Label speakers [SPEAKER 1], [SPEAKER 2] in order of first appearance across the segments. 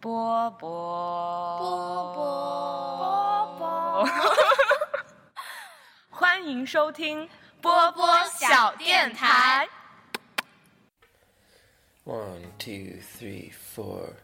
[SPEAKER 1] 波波
[SPEAKER 2] 波
[SPEAKER 1] 波
[SPEAKER 2] 波
[SPEAKER 1] 波，欢迎收听波波小电台。
[SPEAKER 3] One, two, three, four.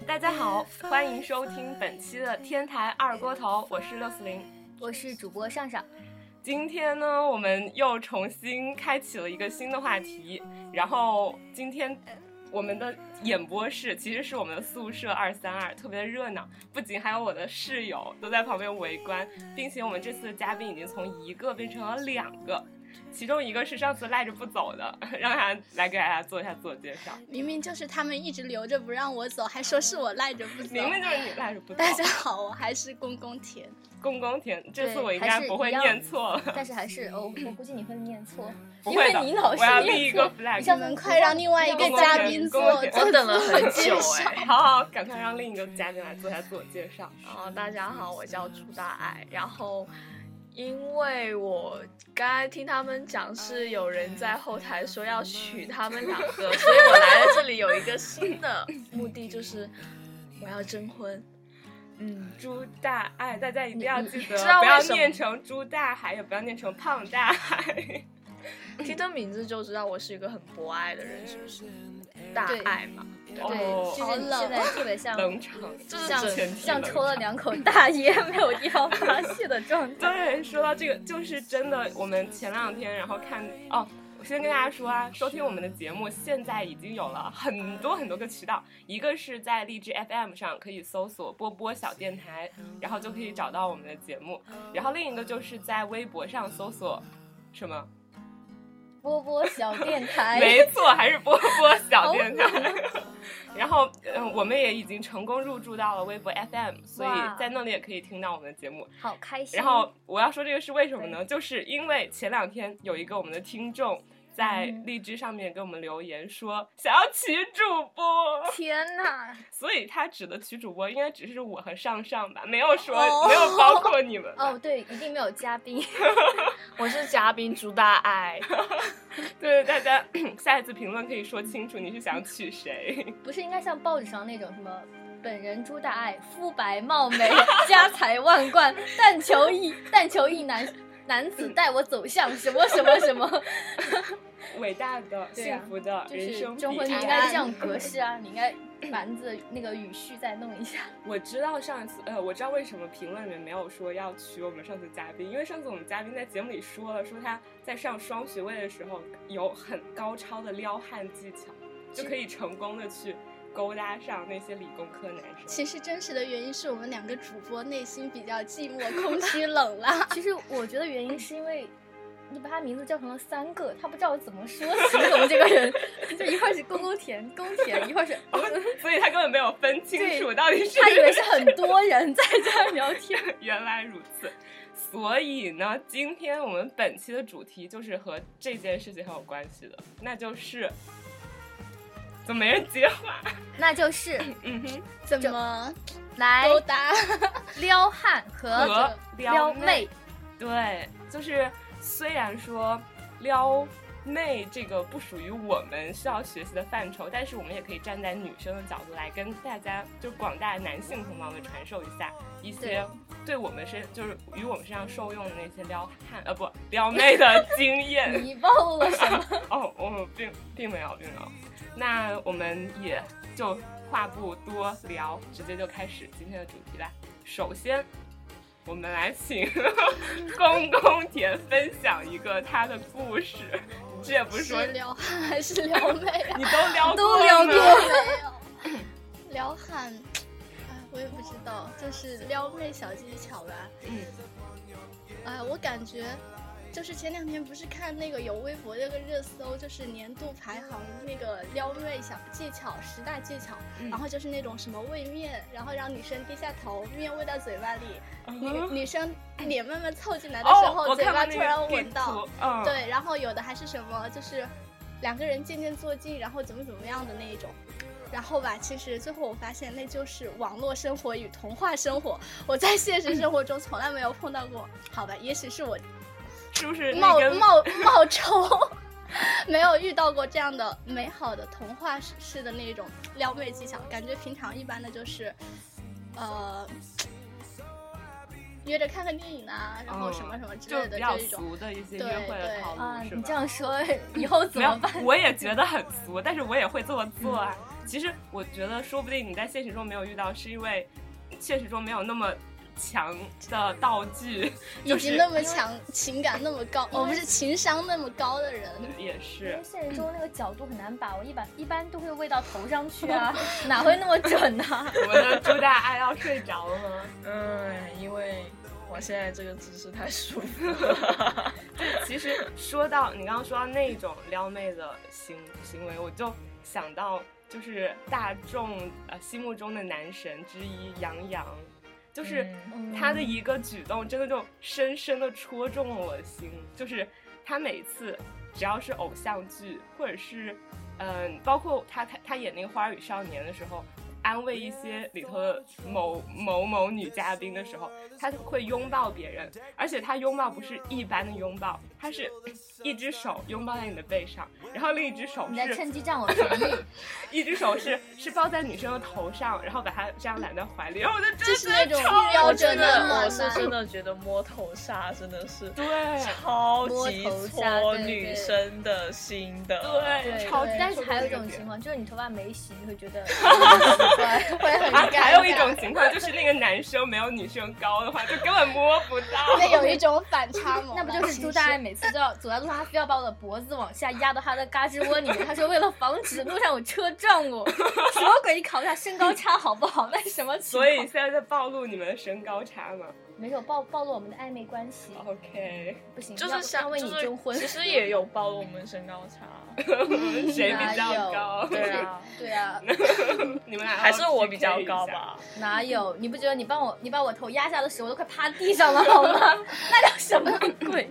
[SPEAKER 4] If 大家好，欢迎收听本期的天台二锅头，我是六四零。
[SPEAKER 2] 我是主播 上上，
[SPEAKER 4] 今天呢，我们又重新开启了一个新的话题，然后今天我们的演播室其实是我们的宿舍二三二，特别的热闹，不仅还有我的室友都在旁边围观，并且我们这次的嘉宾已经从一个变成了两个。其中一个是上次赖着不走的， 让他来给大家做一下自我介绍。
[SPEAKER 2] 明明就是他们一直留着不让我走，还说是我赖着不走。
[SPEAKER 4] 明明就是你赖着不走。
[SPEAKER 2] 大家好，我还是公公甜，
[SPEAKER 4] 公公甜，这次我应
[SPEAKER 5] 还
[SPEAKER 4] 该
[SPEAKER 5] 是
[SPEAKER 4] 不会
[SPEAKER 5] 一样
[SPEAKER 4] 念错了。
[SPEAKER 5] 但是还是哦，我估计你会念错，
[SPEAKER 4] 不
[SPEAKER 5] 因
[SPEAKER 4] 会
[SPEAKER 5] 为
[SPEAKER 4] 的，
[SPEAKER 5] 你老是
[SPEAKER 4] 我要立一
[SPEAKER 5] 念
[SPEAKER 4] 个
[SPEAKER 5] 错。你
[SPEAKER 4] flag。
[SPEAKER 5] 像
[SPEAKER 2] 你们快让另外一个嘉宾
[SPEAKER 4] 公
[SPEAKER 2] 做
[SPEAKER 4] 公甜
[SPEAKER 2] 做
[SPEAKER 1] 我等了很
[SPEAKER 2] 自
[SPEAKER 1] 久
[SPEAKER 2] 我介绍
[SPEAKER 1] 哎。
[SPEAKER 4] 好好，赶快让另一个嘉宾来做一下自我介绍。
[SPEAKER 6] 啊、大家好，我叫楚大爱。然后，因为我刚才听他们讲是有人在后台说要娶他们两个，所以我来了这里有一个新的目的，就是我要征婚。嗯，
[SPEAKER 4] 朱大爱，大家一定要记得，
[SPEAKER 6] 知道
[SPEAKER 4] 不要
[SPEAKER 6] 为什么
[SPEAKER 4] 念成朱大海，也不要念成胖大海。
[SPEAKER 6] 听这名字就知道我是一个很博爱的人，是不是？大
[SPEAKER 5] 对
[SPEAKER 6] 爱嘛，
[SPEAKER 5] 对，就
[SPEAKER 4] 哦，
[SPEAKER 5] 是你现在特别像
[SPEAKER 4] 冷场，
[SPEAKER 6] 这
[SPEAKER 5] 像
[SPEAKER 6] 是整
[SPEAKER 5] 像抽了两口大烟 没有地方发泄的状态。
[SPEAKER 4] 对，说到这个，就是真的，我们前两天然后看哦。我先跟大家说啊，收听我们的节目现在已经有了很多很多个渠道，一个是在荔枝 FM 上可以搜索“波波小电台”，然后就可以找到我们的节目，然后另一个就是在微博上搜索什么，
[SPEAKER 5] 波波小电台，
[SPEAKER 4] 没错，还是波波小电台。
[SPEAKER 5] 啊
[SPEAKER 4] 然后，嗯、我们也已经成功入驻到了微博 FM，所以
[SPEAKER 5] 哇
[SPEAKER 4] 在那里也可以听到我们的节目。
[SPEAKER 5] 好开心。
[SPEAKER 4] 然后我要说这个是为什么呢？就是因为前两天有一个我们的听众在
[SPEAKER 5] 嗯
[SPEAKER 4] 荔枝上面给我们留言说想要娶主播，
[SPEAKER 5] 天哪，
[SPEAKER 4] 所以他指的娶主播应该只是我和上上吧，没有说、没有包括你们吧。
[SPEAKER 5] 哦对，一定没有嘉宾，
[SPEAKER 6] 我是嘉宾朱大爱，
[SPEAKER 4] 对，大家下一次评论可以说清楚你是想娶谁。
[SPEAKER 5] 不是应该像报纸上那种什么？本人朱大爱，肤白貌美，家财万贯，但求一但求一男男子带我走向什么什么什么，
[SPEAKER 4] 伟大的、
[SPEAKER 5] 对
[SPEAKER 4] 幸
[SPEAKER 5] 啊
[SPEAKER 4] 福的、
[SPEAKER 5] 就
[SPEAKER 4] 人
[SPEAKER 5] 是
[SPEAKER 4] 生
[SPEAKER 5] 征婚
[SPEAKER 4] 彼
[SPEAKER 5] 你
[SPEAKER 4] 岸
[SPEAKER 5] 应该这样格式啊，你应该把你的那个语序再弄一下。
[SPEAKER 4] 我知道上一次，呃，我知道为什么评论里面没有说要娶我们上次嘉宾，因为上次我们嘉宾在节目里说了，说他在上双学位的时候有很高超的撩汉技巧，就可以成功的去勾搭上那些理工科男生。
[SPEAKER 2] 其实真实的原因是我们两个主播内心比较寂寞、空虚、冷 啦。
[SPEAKER 5] 其实我觉得原因是因为你把他名字叫成了三个，他不知道怎么 说形容这个 人，就一会儿是公公田公田，一会儿是，
[SPEAKER 4] 所以他根本没有分清楚
[SPEAKER 5] 对
[SPEAKER 4] 到底是
[SPEAKER 5] 他以为是很多人在这样聊天。
[SPEAKER 4] 原来如此。所以呢，今天我们本期的主题就是和这件事情很有关系的，那就是怎么没人接话？
[SPEAKER 5] 那就是
[SPEAKER 4] 嗯哼，
[SPEAKER 2] 怎么
[SPEAKER 5] 来
[SPEAKER 2] 勾搭？
[SPEAKER 5] 撩汉和
[SPEAKER 4] 和
[SPEAKER 5] 撩
[SPEAKER 4] 妹
[SPEAKER 5] 妹，
[SPEAKER 4] 对，就是虽然说撩妹这个不属于我们需要学习的范畴，但是我们也可以站在女生的角度来跟大家，就是广大男性同胞们传授一下一些对我们身，就是与我们身上受用的那些撩汉呃不撩妹的经验。
[SPEAKER 5] 你暴露了什么？
[SPEAKER 4] 哦，我们并并没有并没有。那我们也就话不多聊，直接就开始今天的主题吧。首先，我们来请公公姐分享一个她的故事。这也不是说
[SPEAKER 2] 是撩汉还是撩妹 啊？
[SPEAKER 4] 你都聊
[SPEAKER 5] 都
[SPEAKER 4] 过
[SPEAKER 5] 聊
[SPEAKER 4] 吗
[SPEAKER 5] 过
[SPEAKER 2] 没有，撩汉，哎，我也不知道，就是撩妹小技巧吧。
[SPEAKER 4] 嗯，
[SPEAKER 2] 哎，我感觉，就是前两天不是看那个有微博那个热搜，就是年度排行那个撩妹小技巧十大技巧，
[SPEAKER 4] 嗯
[SPEAKER 2] 然后就是那种什么喂面，然后让女生低下头，面喂到嘴巴里，
[SPEAKER 4] 嗯
[SPEAKER 2] 女女生脸慢慢凑进来的时
[SPEAKER 4] 哦，
[SPEAKER 2] 候，
[SPEAKER 4] 我
[SPEAKER 2] 嘴
[SPEAKER 4] 看
[SPEAKER 2] 巴
[SPEAKER 4] 到
[SPEAKER 2] 突
[SPEAKER 4] 那
[SPEAKER 2] 然
[SPEAKER 4] 个地
[SPEAKER 2] 闻到。
[SPEAKER 4] 图，嗯，，
[SPEAKER 2] 对，然后有的还是什么，就是两个人渐渐坐近，然后怎么怎么样的那一种。然后吧，其实最后我发现那就是网络生活与童话生活，我在现实生活中从来没有碰到过。好吧，也许 是我
[SPEAKER 4] 是不是那
[SPEAKER 2] 冒
[SPEAKER 4] 根
[SPEAKER 2] 冒冒充，没有遇到过这样的美好的童话式的那种撩妹技巧，感觉平常一般的就是，呃，约着看看电影啊，然后什么什么之
[SPEAKER 4] 哦就
[SPEAKER 2] 类的
[SPEAKER 4] 比较
[SPEAKER 2] 这一种。
[SPEAKER 4] 俗的一些
[SPEAKER 2] 对嗯
[SPEAKER 4] 约会的套
[SPEAKER 5] 啊，
[SPEAKER 4] 路，是
[SPEAKER 5] 你
[SPEAKER 4] 吧
[SPEAKER 5] 这？样说以后怎
[SPEAKER 4] 没
[SPEAKER 5] 么
[SPEAKER 4] 有
[SPEAKER 5] 办？，
[SPEAKER 4] 我也觉得很俗，但是我也会这么做啊。其实我觉得，说不定你在现实中没有遇到，是因为现实中没有那么强的道具，
[SPEAKER 2] 以
[SPEAKER 4] 就
[SPEAKER 2] 及
[SPEAKER 4] 是
[SPEAKER 2] 那么强，情感那么高，我们是情商那么高的人，
[SPEAKER 4] 也
[SPEAKER 5] 因
[SPEAKER 4] 是
[SPEAKER 5] 为。现实中那个角度很难把握，一般一般都会喂到头上去 啊，哪会那么准 呢、
[SPEAKER 4] 我们的朱大爱要睡着了，
[SPEAKER 6] 嗯，因为我现在这个姿势太舒服了。
[SPEAKER 4] 其实说到你刚刚说到那种撩妹的行行为，我就想到就是大众呃心目中的男神之一杨洋，就是
[SPEAKER 5] 嗯
[SPEAKER 4] 他的一个举动真的就深深的戳中了我的心，就是他每次只要是偶像剧或者是嗯、包括他他他演那个《花儿与少年》的时候。安慰一些里头的某某某女嘉宾的时候，他会拥抱别人，而且他拥抱不是一般的拥抱，他是一只手拥抱在你的背上，然后另一只手
[SPEAKER 5] 你在
[SPEAKER 4] 是
[SPEAKER 5] 趁机占我便宜，
[SPEAKER 4] 一只手是是抱在女生的头上，然后把她这样揽在怀里，然后我就
[SPEAKER 2] 这
[SPEAKER 4] 真
[SPEAKER 2] 是那
[SPEAKER 4] 的
[SPEAKER 2] 种
[SPEAKER 4] 超
[SPEAKER 2] 标
[SPEAKER 6] 我
[SPEAKER 2] 准
[SPEAKER 6] 真
[SPEAKER 2] 的
[SPEAKER 6] 的，
[SPEAKER 2] 暖
[SPEAKER 6] 我是
[SPEAKER 2] 男。
[SPEAKER 6] 真的觉得摸头杀真的是
[SPEAKER 4] 对
[SPEAKER 6] 超级
[SPEAKER 5] 摸头杀
[SPEAKER 6] 戳
[SPEAKER 5] 对
[SPEAKER 6] 女
[SPEAKER 5] 对
[SPEAKER 6] 生的心的。
[SPEAKER 4] 对，
[SPEAKER 5] 对，
[SPEAKER 4] 超级。
[SPEAKER 5] 但是还有一种情况，就是你头发没洗，你会觉得
[SPEAKER 2] 会很
[SPEAKER 4] 啊
[SPEAKER 2] 尴，尬。
[SPEAKER 4] 还有一种情况就是那个男生没有女生高的话，就根本摸不到。
[SPEAKER 2] 那有一种反差萌吧，
[SPEAKER 5] 那不就是
[SPEAKER 2] 其
[SPEAKER 5] 朱
[SPEAKER 2] 实
[SPEAKER 5] 大爱每次都要走在路上，他非要把我的脖子往下压到他的胳肢窝里面。他说为了防止路上有车撞我， 什么鬼？你考虑一下身高差好不好？那是什么情
[SPEAKER 4] 所
[SPEAKER 5] 况？
[SPEAKER 4] 以现在在暴露你们的身高差吗
[SPEAKER 5] 没有暴暴露我们的暧昧关系，
[SPEAKER 4] ？OK，
[SPEAKER 5] 不行，
[SPEAKER 6] 哦就
[SPEAKER 5] 要
[SPEAKER 6] 是想
[SPEAKER 5] 要为
[SPEAKER 6] 就
[SPEAKER 5] 你
[SPEAKER 6] 是
[SPEAKER 5] 征婚。
[SPEAKER 6] 其实也有暴露我们身高差，
[SPEAKER 4] 谁比较高？
[SPEAKER 6] 对啊，
[SPEAKER 5] 对 啊，
[SPEAKER 4] 你们俩要
[SPEAKER 6] 还是我比
[SPEAKER 4] PK
[SPEAKER 6] 较
[SPEAKER 4] 一下
[SPEAKER 6] 高？吧？
[SPEAKER 5] 哪有？你不觉得你帮我，你把我头压下的时候，我都快趴地上了好吗？ 那叫什么鬼？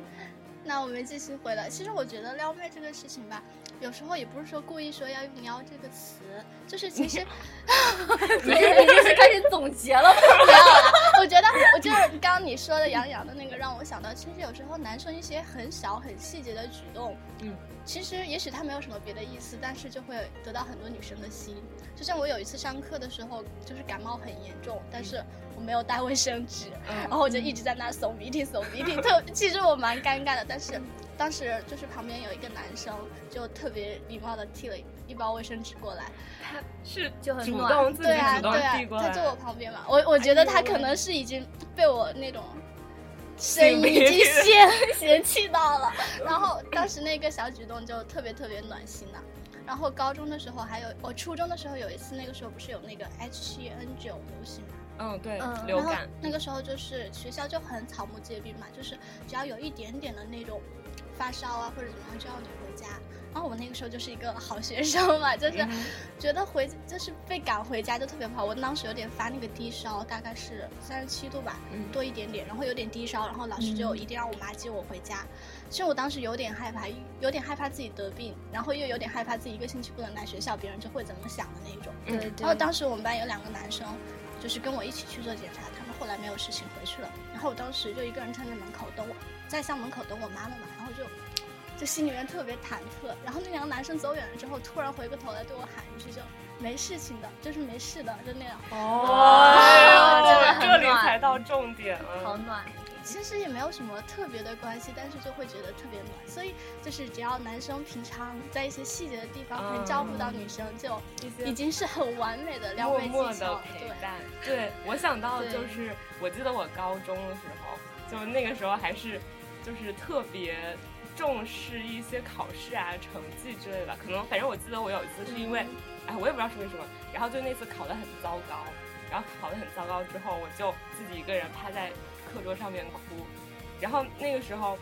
[SPEAKER 2] 那我们继续回来。其实我觉得撩妹这个事情吧，有时候也不是说故意说要用“撩”这个词，就是其实
[SPEAKER 5] 你这你这是开始总结了吗？
[SPEAKER 2] 没有啦。我觉得，我就是刚刚你说的杨洋的那个，让我想到，其实有时候男生一些很小很细节的举动，
[SPEAKER 4] 嗯，
[SPEAKER 2] 其实也许他没有什么别的意思，但是就会得到很多女生的心。就像我有一次上课的时候，就是感冒很严重，但是我没有带卫生纸，
[SPEAKER 4] 嗯
[SPEAKER 2] 然后我就一直在那耸鼻涕、耸鼻涕，特其实我蛮尴尬的，但是当时就是旁边有一个男生就特别礼貌的递了一包卫生纸过来，
[SPEAKER 4] 是
[SPEAKER 5] 就很
[SPEAKER 4] 主
[SPEAKER 5] 暖
[SPEAKER 4] 动自己
[SPEAKER 2] 对啊
[SPEAKER 4] 主动
[SPEAKER 2] 对啊
[SPEAKER 4] 递，过
[SPEAKER 2] 他
[SPEAKER 4] 来。
[SPEAKER 2] 坐我旁边嘛，我我觉得他可能是已经被我那种。声音已经嫌 嫌弃到了，然后当时那个小举动就特别特别暖心呐、然后高中的时候还有，我初中的时候有一次，那个时候不是有那个 H7N9 流行嘛，
[SPEAKER 4] 嗯，对，
[SPEAKER 5] 嗯
[SPEAKER 4] 流
[SPEAKER 2] 然后
[SPEAKER 4] 感。
[SPEAKER 2] 那个时候就是学校就很草木皆兵嘛，就是只要有一点点的那种发烧啊或者怎么样，就要你回家。然后我那个时候就是一个好学生嘛，
[SPEAKER 4] 嗯
[SPEAKER 2] 就是觉得回就是被赶回家就特别不好。我当时有点发那个低烧，大概是三十七度吧，
[SPEAKER 4] 嗯
[SPEAKER 2] 多一点点，然后有点低烧，然后老师就一定让我妈接我回家。其实我当时有点害怕，有点害怕自己得病，然后又有点害怕自己一个星期不能来学校，别人就会怎么想的那种。
[SPEAKER 5] 对对
[SPEAKER 2] 然后当时我们班有两个男生，就是跟我一起去做检查，他们后来没有事情回去了。然后我当时就一个人站在门口等我，在校门口等我妈妈嘛，然后就就心里面特别忐忑。然后那两个男生走远了之后，突然回过头来对我喊一句就。没事情的，就是没事的，就那样。
[SPEAKER 5] 哇真的
[SPEAKER 4] 哦，
[SPEAKER 5] 很
[SPEAKER 4] 这里
[SPEAKER 5] 暖
[SPEAKER 4] 才到重点
[SPEAKER 5] 好
[SPEAKER 4] 了。
[SPEAKER 5] 暖。
[SPEAKER 2] 其实也没有什么特别的关系，但是就会觉得特别暖。所以就是只要男生平常在一些细节的地方
[SPEAKER 4] 嗯
[SPEAKER 2] 很照顾到女生，就
[SPEAKER 4] 一些
[SPEAKER 2] 已经是很完美 的撩
[SPEAKER 4] 默
[SPEAKER 2] 妹技
[SPEAKER 4] 默
[SPEAKER 2] 巧
[SPEAKER 4] 的
[SPEAKER 2] 了。
[SPEAKER 4] 陪
[SPEAKER 2] 对，
[SPEAKER 4] 伴。对，我想到
[SPEAKER 5] 对
[SPEAKER 4] 就是，我记得我高中的时候，就那个时候还是就是特别重视一些考试啊、成绩之类的吧。可能反正我记得我有一次是因为，哎，我也不知道是为什么，然后就那次考得很糟糕，然后考得很糟糕之后，我就自己一个人趴在课桌上面哭，然后那个时候。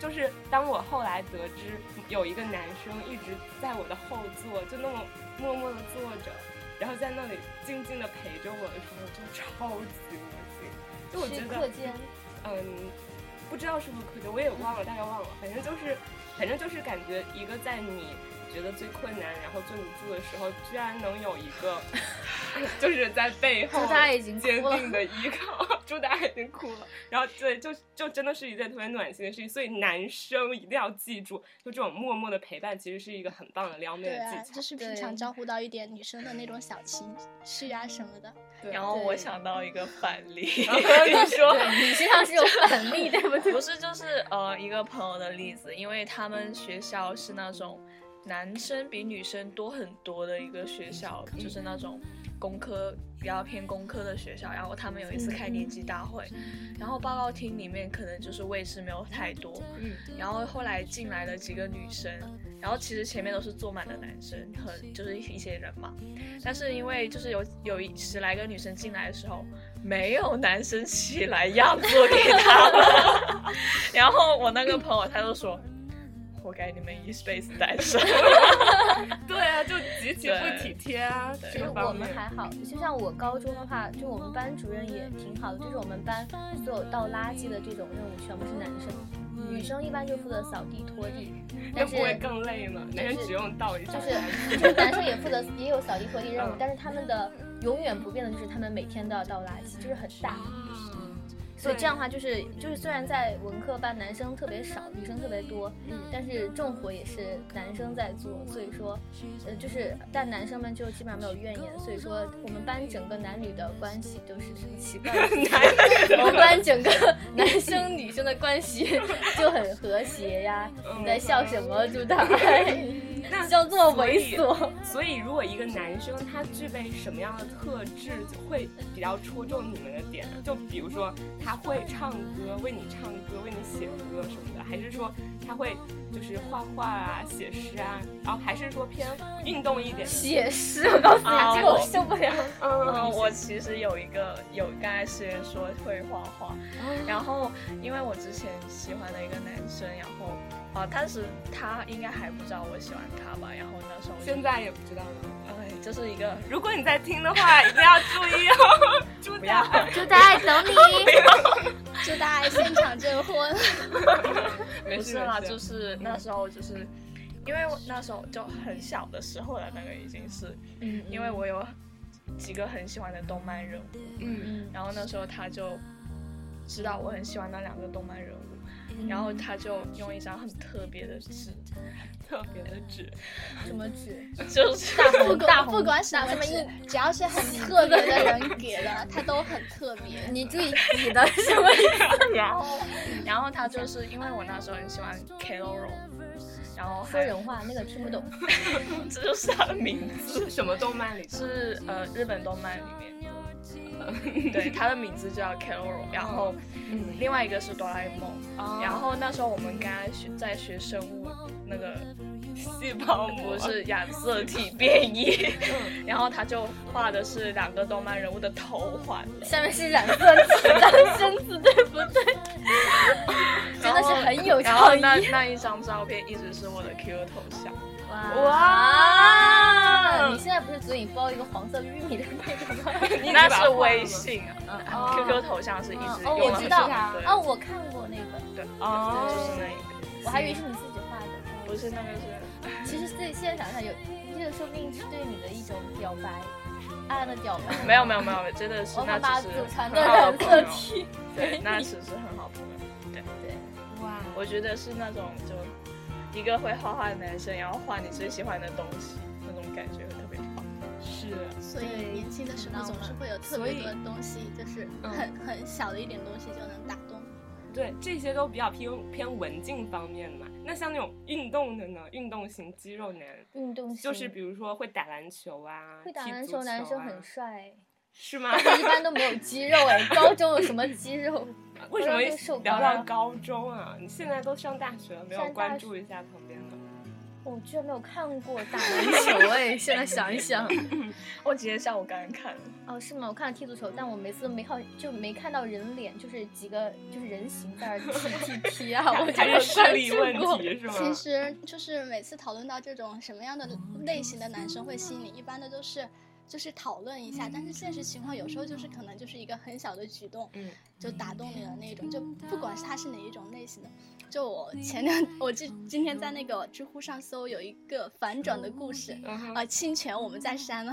[SPEAKER 4] 就是当我后来得知有一个男生一直在我的后座，就那么默默的坐着，然后在那里静静的陪着我的时候，就超级恶心。就我觉
[SPEAKER 5] 时刻
[SPEAKER 4] 得，
[SPEAKER 5] 间，
[SPEAKER 4] 嗯，不知道是不是科学，我也忘了，大概忘了，反正就是，反正就是感觉一个在你觉得最困难，然后最无助的时候，居然能有一个 就是在背后
[SPEAKER 5] 朱大爱已经哭
[SPEAKER 4] 坚
[SPEAKER 5] 了
[SPEAKER 4] 定的依靠， 朱大爱已经哭了。然后对，就就真的是一件特别暖心的事情，所以男生一定要记住，就这种默默的陪伴，其实是一个很棒的撩妹
[SPEAKER 2] 对
[SPEAKER 4] 的
[SPEAKER 2] 啊，
[SPEAKER 4] 技巧。
[SPEAKER 2] 就是平常
[SPEAKER 5] 对
[SPEAKER 2] 照顾到一点女生的那种小情绪啊什 么的。
[SPEAKER 4] 对
[SPEAKER 6] 然后我
[SPEAKER 5] 对
[SPEAKER 6] 想到一个反 例，
[SPEAKER 4] 你说
[SPEAKER 5] 对你身上是有反例， 对不对？
[SPEAKER 6] 不是，就是呃一个朋友的例子，因为他们学校是那种男生比女生多很多的一个学校，就是那种工科比较偏工科的学校。然后他们有一次开年级大会，然后报告厅里面可能就是位置没有太多，
[SPEAKER 5] 啊
[SPEAKER 4] 嗯
[SPEAKER 6] 然后后来进来了几个女生，然后其实前面都是坐满的男生和就是一些人嘛，但是因为就是有有一十来个女生进来的时候，没有男生起来让座给他们， 然后我那个朋友他就说，活该你们一辈子单 身。
[SPEAKER 4] 对啊，就极其
[SPEAKER 6] 对
[SPEAKER 4] 不体贴啊，
[SPEAKER 5] 其
[SPEAKER 4] 这
[SPEAKER 5] 实
[SPEAKER 4] 个
[SPEAKER 5] 我
[SPEAKER 4] 方
[SPEAKER 5] 们
[SPEAKER 4] 面。
[SPEAKER 5] 还好，就像我高中的话，就我们班主任也挺好的，就是我们班所有倒垃圾的这种任务全部是男生，女生一般就负责扫地拖地，
[SPEAKER 4] 那
[SPEAKER 5] 但是
[SPEAKER 6] 哎
[SPEAKER 4] 不会更累吗？男人只用倒一下
[SPEAKER 5] 就
[SPEAKER 4] 来，
[SPEAKER 5] 是就是男生也负责也有扫地拖地任务
[SPEAKER 4] 嗯，
[SPEAKER 5] 但是他们的永远不变的就是他们每天都要倒垃圾，就是很大。
[SPEAKER 4] 嗯
[SPEAKER 5] 所以这样的话，就是就是虽然在文科班男生特别少，女生特别多，
[SPEAKER 4] 嗯
[SPEAKER 5] 但是重活也是男生在做，所以说，呃，就是但男生们就基本上没有怨言，所以说我们班整个男女的关系都是很奇怪的。 我们班整个男生女生的关系就很和谐呀。你在笑什么，朱 大爱？
[SPEAKER 4] 嗯 那
[SPEAKER 5] 叫做猥琐。
[SPEAKER 4] 所以，如果一个男生他具备什么样的特质，会比较戳中你们的点？就比如说他会唱歌，为你唱歌，为你写歌什么的，还是说他会就是画画啊、写诗啊，然后还是说偏运动 一点？
[SPEAKER 5] 写诗，我告诉你，
[SPEAKER 6] 啊
[SPEAKER 5] 这个我
[SPEAKER 6] 我
[SPEAKER 5] 受不了。
[SPEAKER 6] 嗯，
[SPEAKER 4] 嗯，
[SPEAKER 6] 我其实有一个有，刚才诗人说会画画，
[SPEAKER 4] 哦
[SPEAKER 6] 然后因为我之前喜欢的一个男生，然后啊、当时他应该还不知道我喜欢他吧，然后那时候我就
[SPEAKER 4] 现在也不知道了。
[SPEAKER 6] 哎，就是一个
[SPEAKER 4] 如果你在听的话，一定要注意哦， 注
[SPEAKER 6] 不
[SPEAKER 4] 意
[SPEAKER 6] 要。
[SPEAKER 5] 朱大爱 等你。
[SPEAKER 2] 就大家现场 证婚，
[SPEAKER 6] 不
[SPEAKER 4] 没
[SPEAKER 6] 是
[SPEAKER 4] 事
[SPEAKER 6] 啦，
[SPEAKER 4] 没事
[SPEAKER 6] 就是那时候就是，因为我那时候就很小的时候了，那个已经是，
[SPEAKER 5] 嗯
[SPEAKER 6] 因为我有几个很喜欢的动漫人物，
[SPEAKER 5] 嗯
[SPEAKER 6] 然后那时候他就知道我很喜欢那两个动漫人
[SPEAKER 5] 嗯
[SPEAKER 6] 物，然后他就用一张很特别的纸，
[SPEAKER 4] 特别的纸，
[SPEAKER 5] 什么纸？
[SPEAKER 6] 就是
[SPEAKER 2] 不
[SPEAKER 5] 大
[SPEAKER 2] 管
[SPEAKER 5] 红
[SPEAKER 2] 不管什么
[SPEAKER 5] 大
[SPEAKER 2] 纸，只要是 很特别的人给的，他都很特别。
[SPEAKER 5] 你注意你的什么意思？
[SPEAKER 6] 然后，然后他就是因为我那时候很喜欢 k o r o 然后
[SPEAKER 5] 说
[SPEAKER 6] 还
[SPEAKER 5] 人话，那个听不懂。
[SPEAKER 6] 这就是他的名字，
[SPEAKER 4] 是什么动漫里的？
[SPEAKER 6] 是呃日本动漫里面，呃对，他的名字就叫 k o r o 然后另外一个是哆啦 A 梦，然后那时候我们刚刚学在学生物那个
[SPEAKER 4] 细胞膜
[SPEAKER 6] 不是染色体变异， 然后他就画的是两个动漫人物的头环，
[SPEAKER 5] 下面是染色体的身子，对不对？哦真的是很有
[SPEAKER 6] 然后
[SPEAKER 5] 创意
[SPEAKER 6] 那那一张照片一直是我的 Q 头像。
[SPEAKER 5] 哇！你现在不是嘴里包一个黄色玉米的那个吗？
[SPEAKER 4] 你已经
[SPEAKER 6] 那
[SPEAKER 4] 把它
[SPEAKER 6] 是
[SPEAKER 4] 画了
[SPEAKER 6] 微
[SPEAKER 4] 吗
[SPEAKER 6] 信
[SPEAKER 5] 哦
[SPEAKER 6] 啊，QQ 头像是一直
[SPEAKER 5] 哦，
[SPEAKER 6] 用
[SPEAKER 5] 我
[SPEAKER 6] 了
[SPEAKER 5] 知
[SPEAKER 6] 很
[SPEAKER 5] 道
[SPEAKER 6] 久，
[SPEAKER 4] 很
[SPEAKER 5] 哦，我看过那个，
[SPEAKER 6] 对对，就是
[SPEAKER 4] 哦
[SPEAKER 6] 那一个，
[SPEAKER 5] 我还以为是你自己画的。
[SPEAKER 6] 不是那个是，
[SPEAKER 5] 其实对现场上有，这个说不定是对你的一种表白，暗暗的表白。
[SPEAKER 6] 没有没有没有，真的是
[SPEAKER 5] 我
[SPEAKER 6] 那
[SPEAKER 5] 们把
[SPEAKER 6] 只
[SPEAKER 5] 祖
[SPEAKER 6] 是
[SPEAKER 5] 传
[SPEAKER 6] 很
[SPEAKER 5] 的
[SPEAKER 6] 好
[SPEAKER 5] 染
[SPEAKER 6] 的朋
[SPEAKER 5] 色
[SPEAKER 6] 友，
[SPEAKER 5] 体，
[SPEAKER 6] 对，那只是很好朋友，
[SPEAKER 4] 哇，
[SPEAKER 6] 我觉得是那种就一个会画画的男生，然后画你最喜欢的东西，那种感觉会特别棒。
[SPEAKER 4] 是
[SPEAKER 2] 所以年轻的时候总是会有特别多的东西，就是
[SPEAKER 5] 嗯
[SPEAKER 2] 很很小的一点东西就能打动。
[SPEAKER 4] 对，这些都比较偏偏文静方面嘛。那像那种运动的呢，运动型肌肉男，
[SPEAKER 5] 运动型
[SPEAKER 4] 就是比如说会打篮球啊，
[SPEAKER 5] 嗯会打
[SPEAKER 4] 踢
[SPEAKER 5] 篮
[SPEAKER 4] 足
[SPEAKER 5] 球男生
[SPEAKER 4] 啊
[SPEAKER 5] 很 帅，
[SPEAKER 4] 是吗？
[SPEAKER 5] 一般都没有肌肉哎，高中有什么肌肉？
[SPEAKER 4] 为什么
[SPEAKER 5] 会瘦
[SPEAKER 4] 聊
[SPEAKER 5] 高
[SPEAKER 4] 到
[SPEAKER 5] 啊
[SPEAKER 4] 高中啊？你现在都上大学了，没有
[SPEAKER 5] 上大
[SPEAKER 4] 关
[SPEAKER 5] 学
[SPEAKER 4] 注一下旁边的？
[SPEAKER 5] 我哦居然没有看过打篮球哎，现在想一想，
[SPEAKER 6] 我今天下午刚刚看了，
[SPEAKER 5] 哦是吗？我看了踢足球，但我每次都没看就没看到人脸，就是几个就是人形在那儿踢踢踢啊，我就
[SPEAKER 4] 还
[SPEAKER 5] 没
[SPEAKER 4] 是视
[SPEAKER 5] 有关
[SPEAKER 4] 力
[SPEAKER 5] 注
[SPEAKER 4] 问
[SPEAKER 5] 过
[SPEAKER 4] 题是吗？
[SPEAKER 2] 其实就是每次讨论到这种什么样的类型的男生会吸引你，一般的都是就是讨论一下，但是现实情况有时候就是可能就是一个很小的举动，
[SPEAKER 4] 嗯，
[SPEAKER 2] 就打动你了那种，就不管是它是哪一种类型的。就我前两，我今今天在那个知乎上搜有一个反转的故事，
[SPEAKER 4] 嗯哼
[SPEAKER 2] 呃，侵权我们再删了。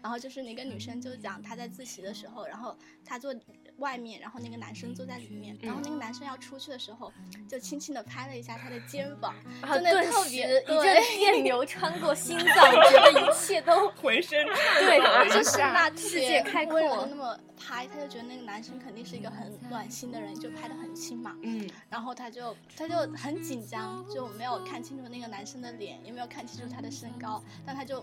[SPEAKER 2] 然后就是那个女生就讲她在自习的时候，然后她坐外面，然后那个男生坐在里面，然后那个男生要出去的时候，就轻轻的拍了一下她的肩膀，
[SPEAKER 5] 然后
[SPEAKER 2] 真的
[SPEAKER 5] 啊顿
[SPEAKER 2] 特
[SPEAKER 5] 时
[SPEAKER 2] 别
[SPEAKER 5] 一阵
[SPEAKER 2] 对
[SPEAKER 5] 电流穿过心脏，觉得一切都
[SPEAKER 4] 浑身
[SPEAKER 5] 对
[SPEAKER 4] 颤，抖
[SPEAKER 2] 就
[SPEAKER 4] 一
[SPEAKER 2] 是
[SPEAKER 4] 下。
[SPEAKER 2] 那
[SPEAKER 5] 啊
[SPEAKER 2] 特
[SPEAKER 5] 世界
[SPEAKER 2] 别
[SPEAKER 5] 开
[SPEAKER 2] 温柔
[SPEAKER 5] 阔
[SPEAKER 2] 的那么拍，她就觉得那个男生肯定是一个很暖心的人，就拍的很轻嘛。
[SPEAKER 4] 嗯，
[SPEAKER 2] 然后她就她就很紧张，就没有看清楚那个男生的脸，也没有看清楚他的身高，但她就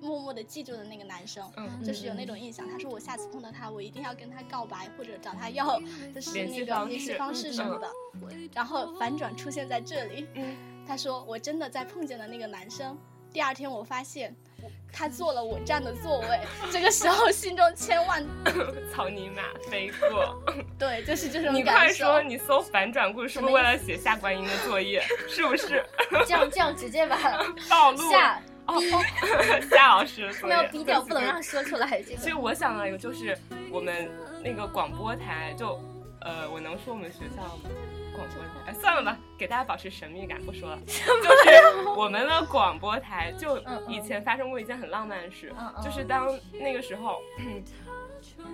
[SPEAKER 2] 默默的记住了那个男生，
[SPEAKER 4] 嗯
[SPEAKER 2] 就是有那种印象。她说我下次碰到他，我一定要跟他告白，或者找他要就是
[SPEAKER 4] 联系
[SPEAKER 2] 那个
[SPEAKER 4] 方
[SPEAKER 2] 联系
[SPEAKER 4] 式嗯
[SPEAKER 2] 方式什么的。然后反转出现在这里，她说我真的在碰见了那个男生。第二天我发现。我他坐了我站的座位，这个时候心中千万
[SPEAKER 4] 草泥马飞过。
[SPEAKER 2] 对，就是这种
[SPEAKER 4] 你
[SPEAKER 2] 感
[SPEAKER 4] 快
[SPEAKER 2] 受。
[SPEAKER 4] 说，你搜反转故事是不是为了写下观音的作业？是不是
[SPEAKER 5] 这样这样直 接把
[SPEAKER 4] 暴露
[SPEAKER 5] 下
[SPEAKER 4] 哦夏老师的
[SPEAKER 5] 他
[SPEAKER 4] 作
[SPEAKER 5] 们要
[SPEAKER 4] 业？
[SPEAKER 5] 逼掉，不能让他说出来。这
[SPEAKER 4] 其实
[SPEAKER 5] 个
[SPEAKER 4] 我想到一个，就是我们那个广播台，就呃，我能说我们学校吗？广播台、哎算了吧，给大家保持神秘感，不说了。就是我们的广播台，就
[SPEAKER 5] 嗯
[SPEAKER 4] 以前发生过一件很浪漫的事，
[SPEAKER 5] 嗯嗯
[SPEAKER 4] 就是当那个时候，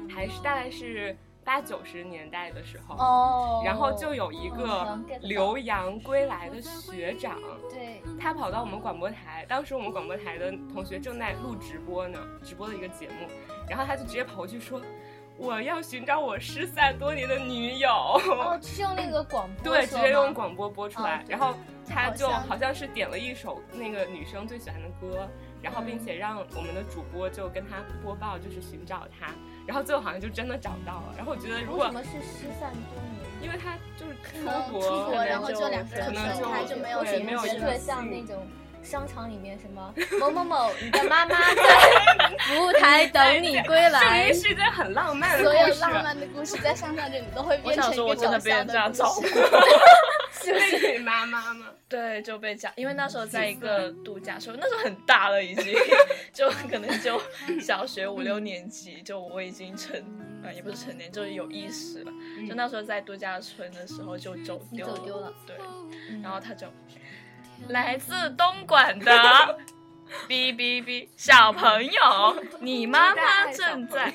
[SPEAKER 4] 还是大概是八九十年代的时候。
[SPEAKER 5] 哦
[SPEAKER 4] 然后就有一
[SPEAKER 5] 哦
[SPEAKER 4] 个
[SPEAKER 5] 能 get 到
[SPEAKER 4] 留洋归来的学长，
[SPEAKER 5] 对，
[SPEAKER 4] 他跑到我们广播台，当时我们广播台的同学正在录直播呢，直播的一个节目，然后他就直接跑过去说：“我要寻找我失散多年的女友。
[SPEAKER 5] 哦，是用那个广播
[SPEAKER 4] 对，直
[SPEAKER 5] 说
[SPEAKER 4] 接
[SPEAKER 5] 吗
[SPEAKER 4] 用广播播出来
[SPEAKER 5] 哦，对
[SPEAKER 4] 然后他就
[SPEAKER 5] 好像
[SPEAKER 4] 好像是点了一首那个女生最喜欢的歌，然后并
[SPEAKER 5] 嗯
[SPEAKER 4] 且让我们的主播就跟他播报，就是寻找他，然后最后好像就真的找到了。然后我觉得如
[SPEAKER 5] 为
[SPEAKER 4] 果
[SPEAKER 5] 什么是失散多年？
[SPEAKER 4] 因为他就是
[SPEAKER 2] 能
[SPEAKER 4] 出
[SPEAKER 2] 出
[SPEAKER 4] 国，
[SPEAKER 2] 国
[SPEAKER 4] 可能
[SPEAKER 2] 然后
[SPEAKER 4] 就
[SPEAKER 2] 就两个
[SPEAKER 4] 可
[SPEAKER 2] 人
[SPEAKER 4] 能
[SPEAKER 2] 分
[SPEAKER 4] 就
[SPEAKER 2] 开就没有
[SPEAKER 4] 对
[SPEAKER 2] 联
[SPEAKER 4] 没有
[SPEAKER 2] 系
[SPEAKER 5] 觉
[SPEAKER 2] 联
[SPEAKER 5] 得
[SPEAKER 4] 联系
[SPEAKER 5] 像那种商场里面什么某某某，你的妈妈在 服务台等你归
[SPEAKER 4] 这明
[SPEAKER 5] 来
[SPEAKER 4] 明。 是一件很浪漫的
[SPEAKER 2] 所有
[SPEAKER 4] 故事，
[SPEAKER 2] 浪漫的故事在上上这你都会
[SPEAKER 6] 我
[SPEAKER 2] 变成
[SPEAKER 6] 想
[SPEAKER 2] 一
[SPEAKER 6] 说，
[SPEAKER 2] 个
[SPEAKER 6] 我真
[SPEAKER 2] 搞
[SPEAKER 6] 的被
[SPEAKER 2] 笑
[SPEAKER 6] 人这样
[SPEAKER 2] 的
[SPEAKER 6] 照
[SPEAKER 2] 故
[SPEAKER 6] 顾
[SPEAKER 2] 事。。
[SPEAKER 4] 是你妈妈吗？
[SPEAKER 6] 对，就被讲，因为那时候在一个
[SPEAKER 5] 嗯
[SPEAKER 6] 度假村，那时候很大了已经，就可能就小学五六年级，就我已经成，呃，也不是成年，就是有意识了。就那时候在度假村的时候就走
[SPEAKER 5] 嗯你
[SPEAKER 6] 丢
[SPEAKER 5] 走丢了，嗯
[SPEAKER 6] 对，然后他就来自东莞的。哔哔哔，小朋友，你妈妈正
[SPEAKER 4] 哎
[SPEAKER 6] 在，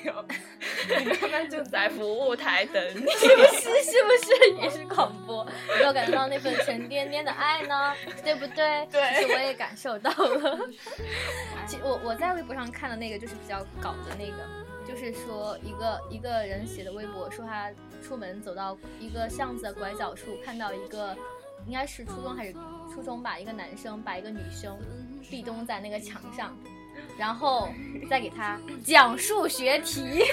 [SPEAKER 6] 你妈妈正在服务台等你。
[SPEAKER 5] 是是不是 也是广播？有没有感受到那份沉甸甸的爱呢？对不对？
[SPEAKER 6] 对
[SPEAKER 5] 其实我也感受到了。其我我在微博上看的那个就是比较搞的那个，就是说一个一个人写的微博，说他出门走到一个巷子的拐角处，看到一个应该是初中还是初中吧，一个男生把一个女生壁咚在那个墙上，然后再给他讲数学题，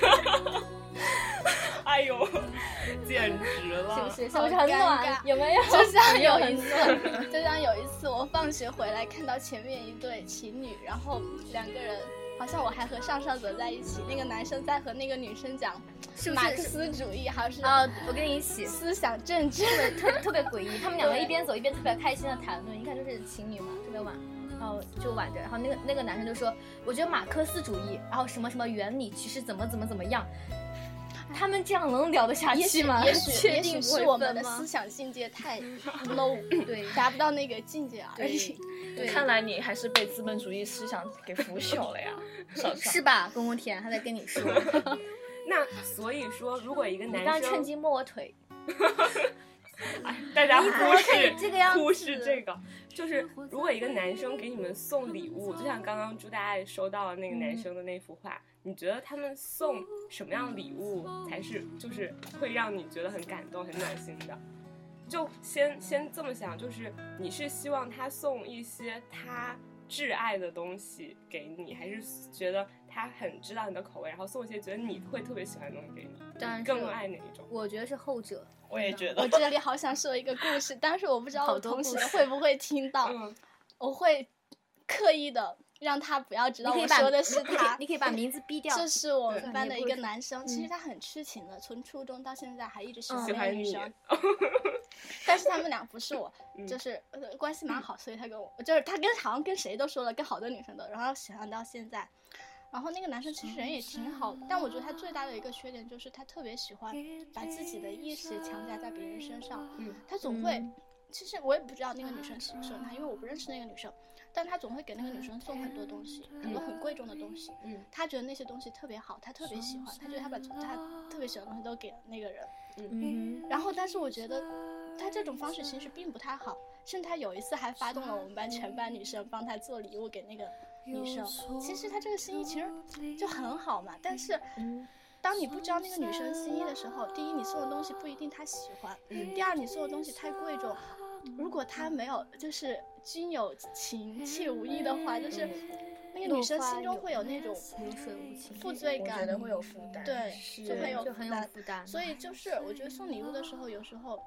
[SPEAKER 4] 哎呦，简直 了！
[SPEAKER 5] 是不是？是不是很
[SPEAKER 2] 好尴
[SPEAKER 5] 暖？
[SPEAKER 2] 尬
[SPEAKER 5] 有 没有？
[SPEAKER 2] 就 像有
[SPEAKER 5] 很
[SPEAKER 2] 一
[SPEAKER 5] 暖
[SPEAKER 2] 次，就像有一次，我放学回来看到前面一对情侣，然后两个人好像我还和上上走在一起，那个男生在和那个女生讲
[SPEAKER 5] 是不是
[SPEAKER 2] 马克思主义，还是
[SPEAKER 5] 啊，我跟你一起，
[SPEAKER 2] 思想政 治？
[SPEAKER 5] 特特别诡异。他们两个一边走一边特别开心的谈论，一看就是情侣嘛，特别晚，然后就挽着，然后那个那个男生就说，我觉得马克思主义，然后什么什么原理，其实怎么怎么怎么样。他们这样能聊得下
[SPEAKER 2] 也
[SPEAKER 5] 去
[SPEAKER 2] 许
[SPEAKER 5] 吗？
[SPEAKER 2] 也 许
[SPEAKER 5] 确
[SPEAKER 2] 也
[SPEAKER 5] 定
[SPEAKER 2] 许
[SPEAKER 5] 不会
[SPEAKER 2] 是我
[SPEAKER 5] 分
[SPEAKER 2] 们的
[SPEAKER 5] 吗
[SPEAKER 2] 思想境 界太 low，
[SPEAKER 5] 对
[SPEAKER 2] 达不到那个境界而已。
[SPEAKER 5] 对，
[SPEAKER 6] 看来你还是被资本主义思想给腐朽了呀，少少
[SPEAKER 5] 是吧？公公田还在跟你 说，
[SPEAKER 4] 那所以说，如果一个
[SPEAKER 5] 你刚
[SPEAKER 4] 男
[SPEAKER 5] 趁
[SPEAKER 4] 生，
[SPEAKER 5] 机摸我腿，
[SPEAKER 4] 大家
[SPEAKER 5] 你怎么
[SPEAKER 4] 忽
[SPEAKER 5] 可以
[SPEAKER 4] 视
[SPEAKER 5] 这个样子
[SPEAKER 4] 忽视这个，就是如果一个男生给你们送礼物，就像刚刚朱大爱收到那个男
[SPEAKER 5] 嗯
[SPEAKER 4] 生的那幅画，你觉得他们送什么样的礼物才是就是会让你觉得很感动、很暖心的？就先先这么想，就是你是希望他送一些他挚爱的东西给你，还是觉得他很知道你的口味，然后送一些觉得你会特别喜欢的东西给你？
[SPEAKER 5] 当然是
[SPEAKER 4] 更爱哪一种？
[SPEAKER 5] 我觉得是后者。
[SPEAKER 6] 我也觉得
[SPEAKER 2] 我。这里好想说一个故事，但是我不知道
[SPEAKER 5] 好
[SPEAKER 2] 我
[SPEAKER 5] 多
[SPEAKER 2] 同
[SPEAKER 5] 故
[SPEAKER 2] 学
[SPEAKER 5] 事
[SPEAKER 2] 会不会听
[SPEAKER 5] 哦
[SPEAKER 2] 到。
[SPEAKER 4] 嗯，
[SPEAKER 2] 我会刻意的让他不要知
[SPEAKER 5] 你
[SPEAKER 2] 道
[SPEAKER 5] 可以
[SPEAKER 2] 我
[SPEAKER 5] 把
[SPEAKER 2] 说的是他。
[SPEAKER 5] 你可以把名字逼掉。
[SPEAKER 2] 这是我们
[SPEAKER 5] 对
[SPEAKER 2] 班的一个
[SPEAKER 5] 嗯
[SPEAKER 2] 男生，其实他很痴情的，从初中到现在还一直喜
[SPEAKER 5] 嗯
[SPEAKER 2] 欢
[SPEAKER 4] 喜
[SPEAKER 2] 那个
[SPEAKER 4] 欢
[SPEAKER 2] 女
[SPEAKER 4] 你。
[SPEAKER 2] 生。 但是他们俩不是我
[SPEAKER 4] 嗯，
[SPEAKER 2] 就是呃关系蛮好，所以他跟我就是他跟好像跟谁都说了，跟好多女生都，然后喜欢到现在。然后那个男生其实人也挺好的，但我觉得他最大的一个缺点就是他特别喜欢把自己的意识强加在别人身上，
[SPEAKER 4] 嗯
[SPEAKER 2] 他总会。其实我也不知道那个女生喜不喜欢他，因为我不认识那个女生，但他总会给那个女生送很多东西，很多很贵重的东西。
[SPEAKER 4] 嗯，
[SPEAKER 2] 他觉得那些东西特别好，他特别喜欢，他觉得他把他特别喜欢的东西都给了那个人。
[SPEAKER 5] 嗯
[SPEAKER 2] 然后，但是我觉得他这种方式其实并不太好，甚至他有一次还发动了我们班全班女生帮他做礼物给那个女生。其实他这个心意其实就很好嘛，但是当你不知道那个女生心意的时候，第一你送的东西不一定她喜欢，第二你送的东西太贵重。如果她没有就是君有情妾无意的话，就是那个女生心中会有那种
[SPEAKER 5] 无水无情，
[SPEAKER 2] 负罪
[SPEAKER 6] 我觉
[SPEAKER 2] 感，
[SPEAKER 6] 得会有负担。
[SPEAKER 2] 对，就会有
[SPEAKER 5] 就
[SPEAKER 2] 负
[SPEAKER 5] 很有
[SPEAKER 2] 担。
[SPEAKER 5] 负担。
[SPEAKER 2] 所以就是，我觉得送礼物的时候，有时候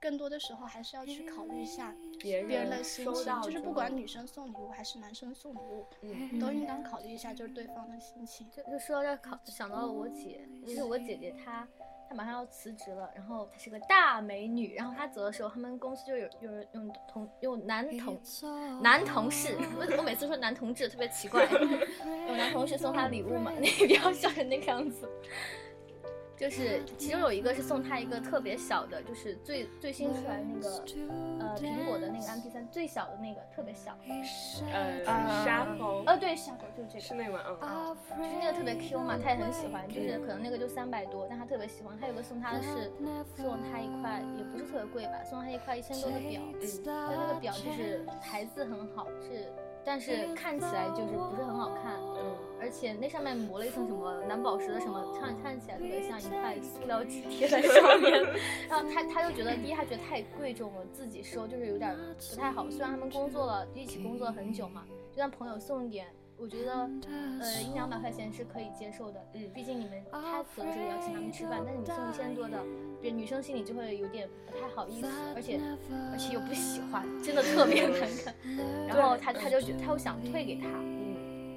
[SPEAKER 2] 更多的时候还是要去考虑一下
[SPEAKER 4] 别人
[SPEAKER 2] 别人的心
[SPEAKER 4] 收
[SPEAKER 2] 情，
[SPEAKER 4] 到
[SPEAKER 2] 就是
[SPEAKER 4] 之
[SPEAKER 2] 不
[SPEAKER 4] 后
[SPEAKER 2] 管女生送礼物还是男生送礼物，
[SPEAKER 4] 嗯
[SPEAKER 2] 都应当考虑一下就是对方的心情。
[SPEAKER 5] 就就说到这儿考，想到了我姐，就是我姐姐她她马上要辞职了，然后她是个大美女，然后她走的时候，他们公司就有有人用同用男同男同事，我我每次说男同志特别奇怪，有男同事送她礼物嘛，你不要笑成那个样子。就是其中有一个是送她一个特别小的，就是最最新出来的那个呃苹果的那个 MP 3最小的那个特别小，
[SPEAKER 2] 哎
[SPEAKER 4] 呃
[SPEAKER 6] 啊
[SPEAKER 4] 沙包
[SPEAKER 5] 呃对，小狗就是这个
[SPEAKER 4] 是。那个嗯
[SPEAKER 5] 啊就是那个特别 Q 嘛，他也很喜欢，就是可能那个就三百多，但他特别喜欢。他有个送他的是送他一块，也不是特别贵吧，送他一块一千多的表，但那个表就是牌子很好，是但是看起来就是不是很好看，
[SPEAKER 4] 嗯
[SPEAKER 5] 而且那上面抹了一层什么蓝宝石的什么，看看起来特别像一块塑料纸贴在上面。 然后他他就觉得第一，他觉得太贵重了，自己收就是有点不太好。虽然他们工作了一起工作很久嘛，就让朋友送一点，我觉得呃一两百块钱是可以接受的。
[SPEAKER 4] 嗯
[SPEAKER 5] 毕竟你们他走的时候也要请他们吃饭，但是你送一千多的，别女生心里就会有点不太好意思，而且而且又不喜欢，真的特别难看。然后他他就觉他又想退给他，
[SPEAKER 4] 嗯。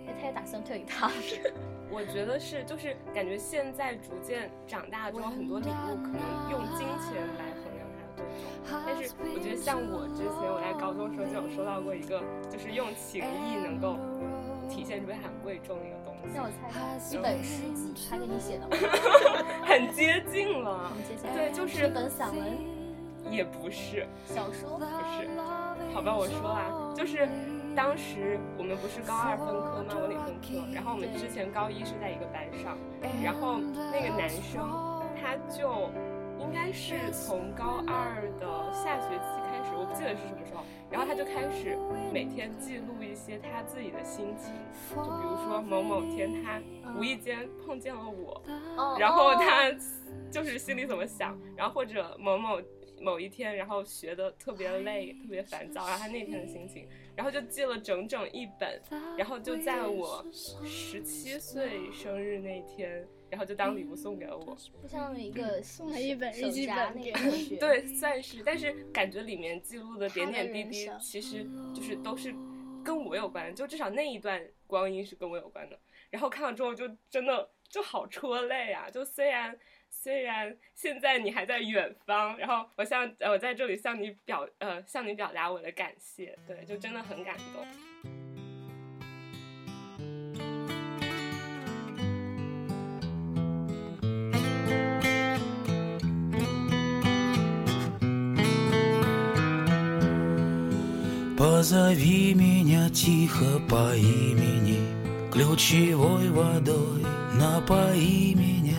[SPEAKER 5] 哎他也打算退给他。
[SPEAKER 4] 我觉得是，就是感觉现在逐渐长大之后，很多礼物可能用金钱来衡量它的贵重，但是我觉得像我之前我在高中的时候就有收到过一个，就是用情谊能够体现出它很贵重的一个东西
[SPEAKER 5] 让，我猜一本诗集，他给你写的吗，
[SPEAKER 4] 很接近了
[SPEAKER 5] 我。们接下来
[SPEAKER 4] 对，就是是
[SPEAKER 5] 一本散文、
[SPEAKER 4] 也不是，
[SPEAKER 5] 小说。
[SPEAKER 4] 不是，好吧，我说啦，就是当时我们不是高二分科吗？我理分科，然后我们之前高一是在一个班上，然后那个男生他就应该是从高二的下学期开始，我不记得是什么时候，然后他就开始每天记录一些他自己的心情，就比如说某某天他无意间碰见了我，
[SPEAKER 5] 哦
[SPEAKER 4] 然后
[SPEAKER 5] 哦
[SPEAKER 4] 他就是心里怎么想，然后或者某某某一天，然后学的特别累，特别烦躁，然后他那天的心情，然后就记了整整一本，然后就在我十七岁生日那天，然后就当礼物送给了我。
[SPEAKER 5] 就像一个
[SPEAKER 2] 嗯送 了一本
[SPEAKER 5] 手
[SPEAKER 2] 日记
[SPEAKER 5] 札
[SPEAKER 2] 本
[SPEAKER 5] 那
[SPEAKER 2] 给
[SPEAKER 5] 个感 觉，
[SPEAKER 4] 对，算是，但是感觉里面记录的点
[SPEAKER 2] 他的
[SPEAKER 4] 点滴滴
[SPEAKER 2] 人，生
[SPEAKER 4] 其实就是都是跟我有关，就至少那一段光阴是跟我有关的。然后看了之后，就真的就好戳泪啊！就虽然虽然现在你还在远方，然后我向呃我在这里向你表呃向你表达我的感谢，对，就真的很感动。
[SPEAKER 7] Позови меня тихо по имени Ключевой водой напои меня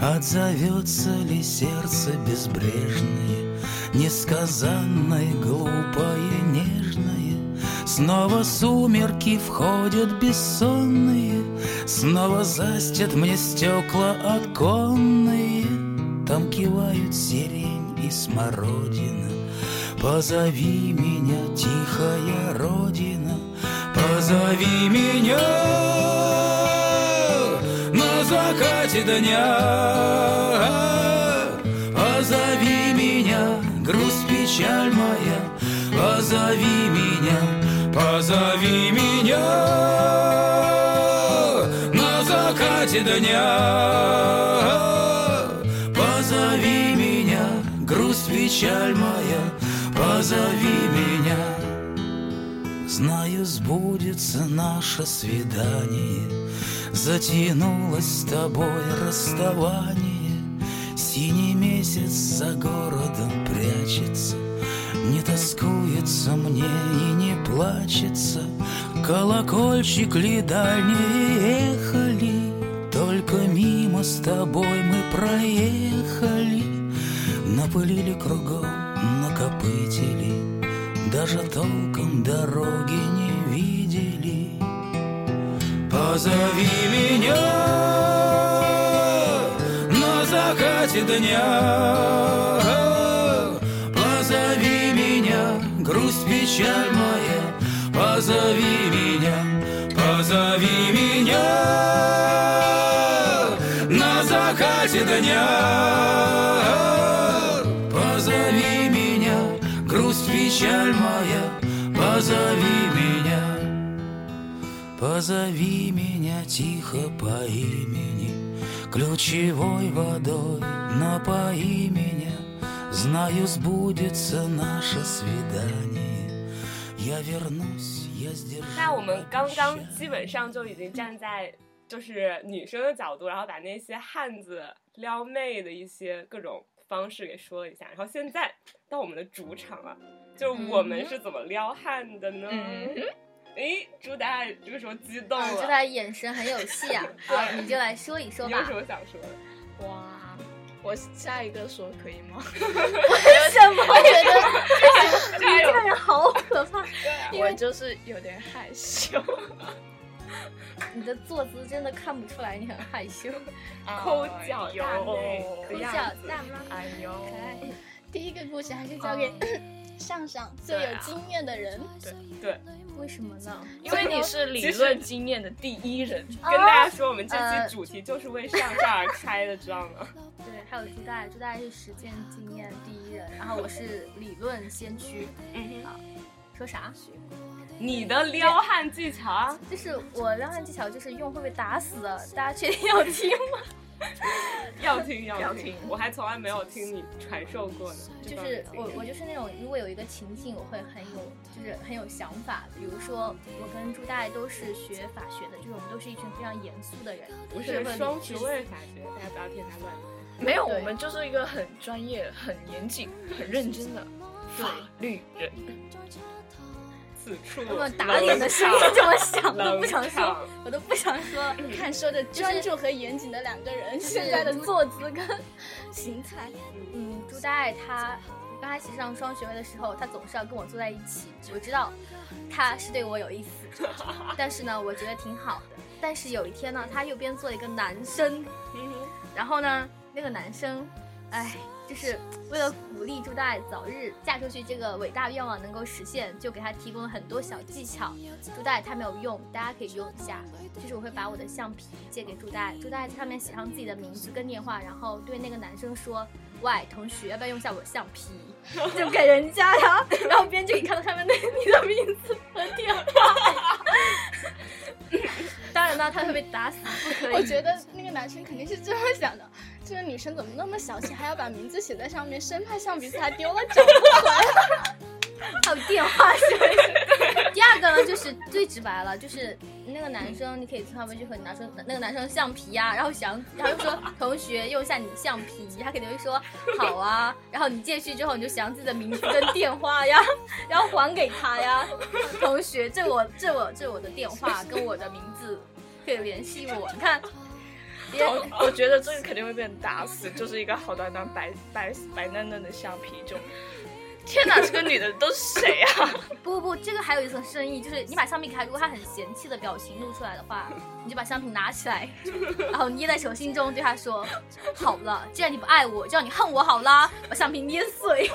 [SPEAKER 7] Отзовется ли сердце безбрежное Несказанное, глупое, нежное Снова сумерки входят бессонные Снова застят мне стекла оконные Там кивают сирень и смородина Позови меня, тихая родина, позови меня на закате дня. Позови меня, грусть, печаль моя, позови меня, позови меня на закате дня. Позови меня, грусть, печаль моя, позови меня. Знаю, сбудется наше свидание Затянулось с тобой расставание Синий месяц за городом прячется Не тоскуется мне и не плачется Колокольчик ли дальние ехали Только мимо с тобой мы проехали Напылили кругом, накопытили Даже толком дороги не видели Позови меня на закате дня. Позови меня, грусть, печаль моя. Позови меня, позови меня на закате дня. Позови меня, грусть, печаль моя. Позови меня. Позови меня тихо по имени, Ключевой водой напои меня. Знаю, сбудется наше свидание. Я вернусь, я сдержу.
[SPEAKER 4] 那我
[SPEAKER 5] 哎
[SPEAKER 4] 们刚刚
[SPEAKER 5] 啊
[SPEAKER 7] обещание.
[SPEAKER 4] 基本上就已经站在就是女生的角度，然后把那些汉子撩妹的一些各种方式给说了一下，然后现在到我们的主场了，就是我
[SPEAKER 5] 嗯
[SPEAKER 4] 们是怎么撩汉的呢？诶，朱达这个时候激 动
[SPEAKER 5] 我觉得
[SPEAKER 4] 了，
[SPEAKER 5] 他哦眼神很有 戏啊，好你就来说一说
[SPEAKER 4] 你有
[SPEAKER 5] 吧
[SPEAKER 4] 什。么想说的？
[SPEAKER 6] 哇，我下一个说可以吗？
[SPEAKER 5] 为什么？我 觉得
[SPEAKER 4] 加油！
[SPEAKER 5] 人好可怕，
[SPEAKER 6] 我就是有点害羞。
[SPEAKER 5] 你的坐姿真的看不出来你很害 羞。
[SPEAKER 6] 哦
[SPEAKER 4] 抠脚大妹
[SPEAKER 6] 哎
[SPEAKER 4] 可
[SPEAKER 5] 抠
[SPEAKER 6] 呦
[SPEAKER 4] 以
[SPEAKER 5] 脚
[SPEAKER 4] 样
[SPEAKER 5] 大妈，
[SPEAKER 6] 哎呦，
[SPEAKER 5] 可爱。
[SPEAKER 2] 第一个故事还是交给 上上最
[SPEAKER 6] 对
[SPEAKER 2] 有
[SPEAKER 6] 啊
[SPEAKER 2] 经验的人。
[SPEAKER 5] 为什么呢？
[SPEAKER 6] 因为你是理论经验的第一人，
[SPEAKER 4] 跟大家说，我们这
[SPEAKER 5] 哦呃
[SPEAKER 4] 期主题就是为上上而开的，知 道吗？
[SPEAKER 5] 对，还有朱大，朱大是实践经验第一人，然后我是理论先驱。
[SPEAKER 4] 嗯
[SPEAKER 5] 好，说啥？
[SPEAKER 4] 你的撩汉技巧啊，
[SPEAKER 5] 就是我撩汉技巧，就是用会被打死的，大家确定要听吗？
[SPEAKER 4] 要听要
[SPEAKER 6] 要
[SPEAKER 4] 听
[SPEAKER 6] 听，
[SPEAKER 4] 我还从来没有听你传授过呢。这
[SPEAKER 5] 就
[SPEAKER 4] 方
[SPEAKER 5] 是
[SPEAKER 4] 面的经
[SPEAKER 5] 我
[SPEAKER 4] 验，
[SPEAKER 5] 我就是那种，如果有一个情境，我会很有，就是很有想法。比如说，我跟朱大都是学法学的，就是我们都是一群非常严肃的人，
[SPEAKER 4] 不
[SPEAKER 5] 特
[SPEAKER 4] 是
[SPEAKER 5] 别
[SPEAKER 4] 双
[SPEAKER 5] 理
[SPEAKER 4] 职
[SPEAKER 5] 智
[SPEAKER 4] 位法学，大家不要听他乱讲。
[SPEAKER 6] 没有，
[SPEAKER 5] 对
[SPEAKER 6] 我们就是一个很专业、很严谨、很认真的法律人。
[SPEAKER 4] 此处
[SPEAKER 5] 那么打脸的声音
[SPEAKER 4] 冷
[SPEAKER 5] 这么响，
[SPEAKER 4] 冷
[SPEAKER 5] 都不想说，
[SPEAKER 4] 场
[SPEAKER 5] 我都不想说。
[SPEAKER 2] 看说的专注和严谨的两个人，现在的坐姿跟 形态，
[SPEAKER 5] 嗯，朱大爱他刚开始上双学位的时候，他总是要跟我坐在一起，我知道他是对我有意思，但是呢，我觉得挺好的。但是有一天呢，他右边坐了一个男生，然后呢，那个男生，哎，就是为了鼓励朱大爱早日嫁出去，这个伟大愿望能够实现，就给他提供了很多小技巧。朱大爱他没有用，大家可以用一下。就是我会把我的橡皮借给朱大爱，朱大爱在上面写上自己的名字跟电话，然后对那个男生说：“喂，同学，要不要用一下我的橡皮？”就给人家呀，然后编剧你看到上面那你的名字和电话。 当然呢，他会被打死，不可以。
[SPEAKER 2] 我觉得那个男生肯定是这么想的： 这个女生怎么那么小气，还要把名字写在上面，生怕橡皮擦丢了找不回。
[SPEAKER 5] 还有电话是不是？第二个呢，就是最直白了，就是那个男生，你可以从他微信和你拿出那个男生橡皮呀、然后想，他就说同学用一下你的橡皮，他肯定会说好啊，然后你借去之后你就想自己的名字跟电话呀， 然后还给他呀，同学，这我这我这我的电话跟我的名字可以联系我，你看。别人
[SPEAKER 6] 我我觉得这个肯定会被人打死，就是一个好端端白白白嫩嫩的橡皮 就。天哪，这个女的都是谁啊？
[SPEAKER 5] 不不不，这个还有一层深意，就是你把橡皮给他，如果他很嫌弃的表情露出来的话，你就把橡皮拿起来，然后捏在手心中，对他说：“好了，既然你不爱我，就让你恨我好啦，把橡皮捏碎。”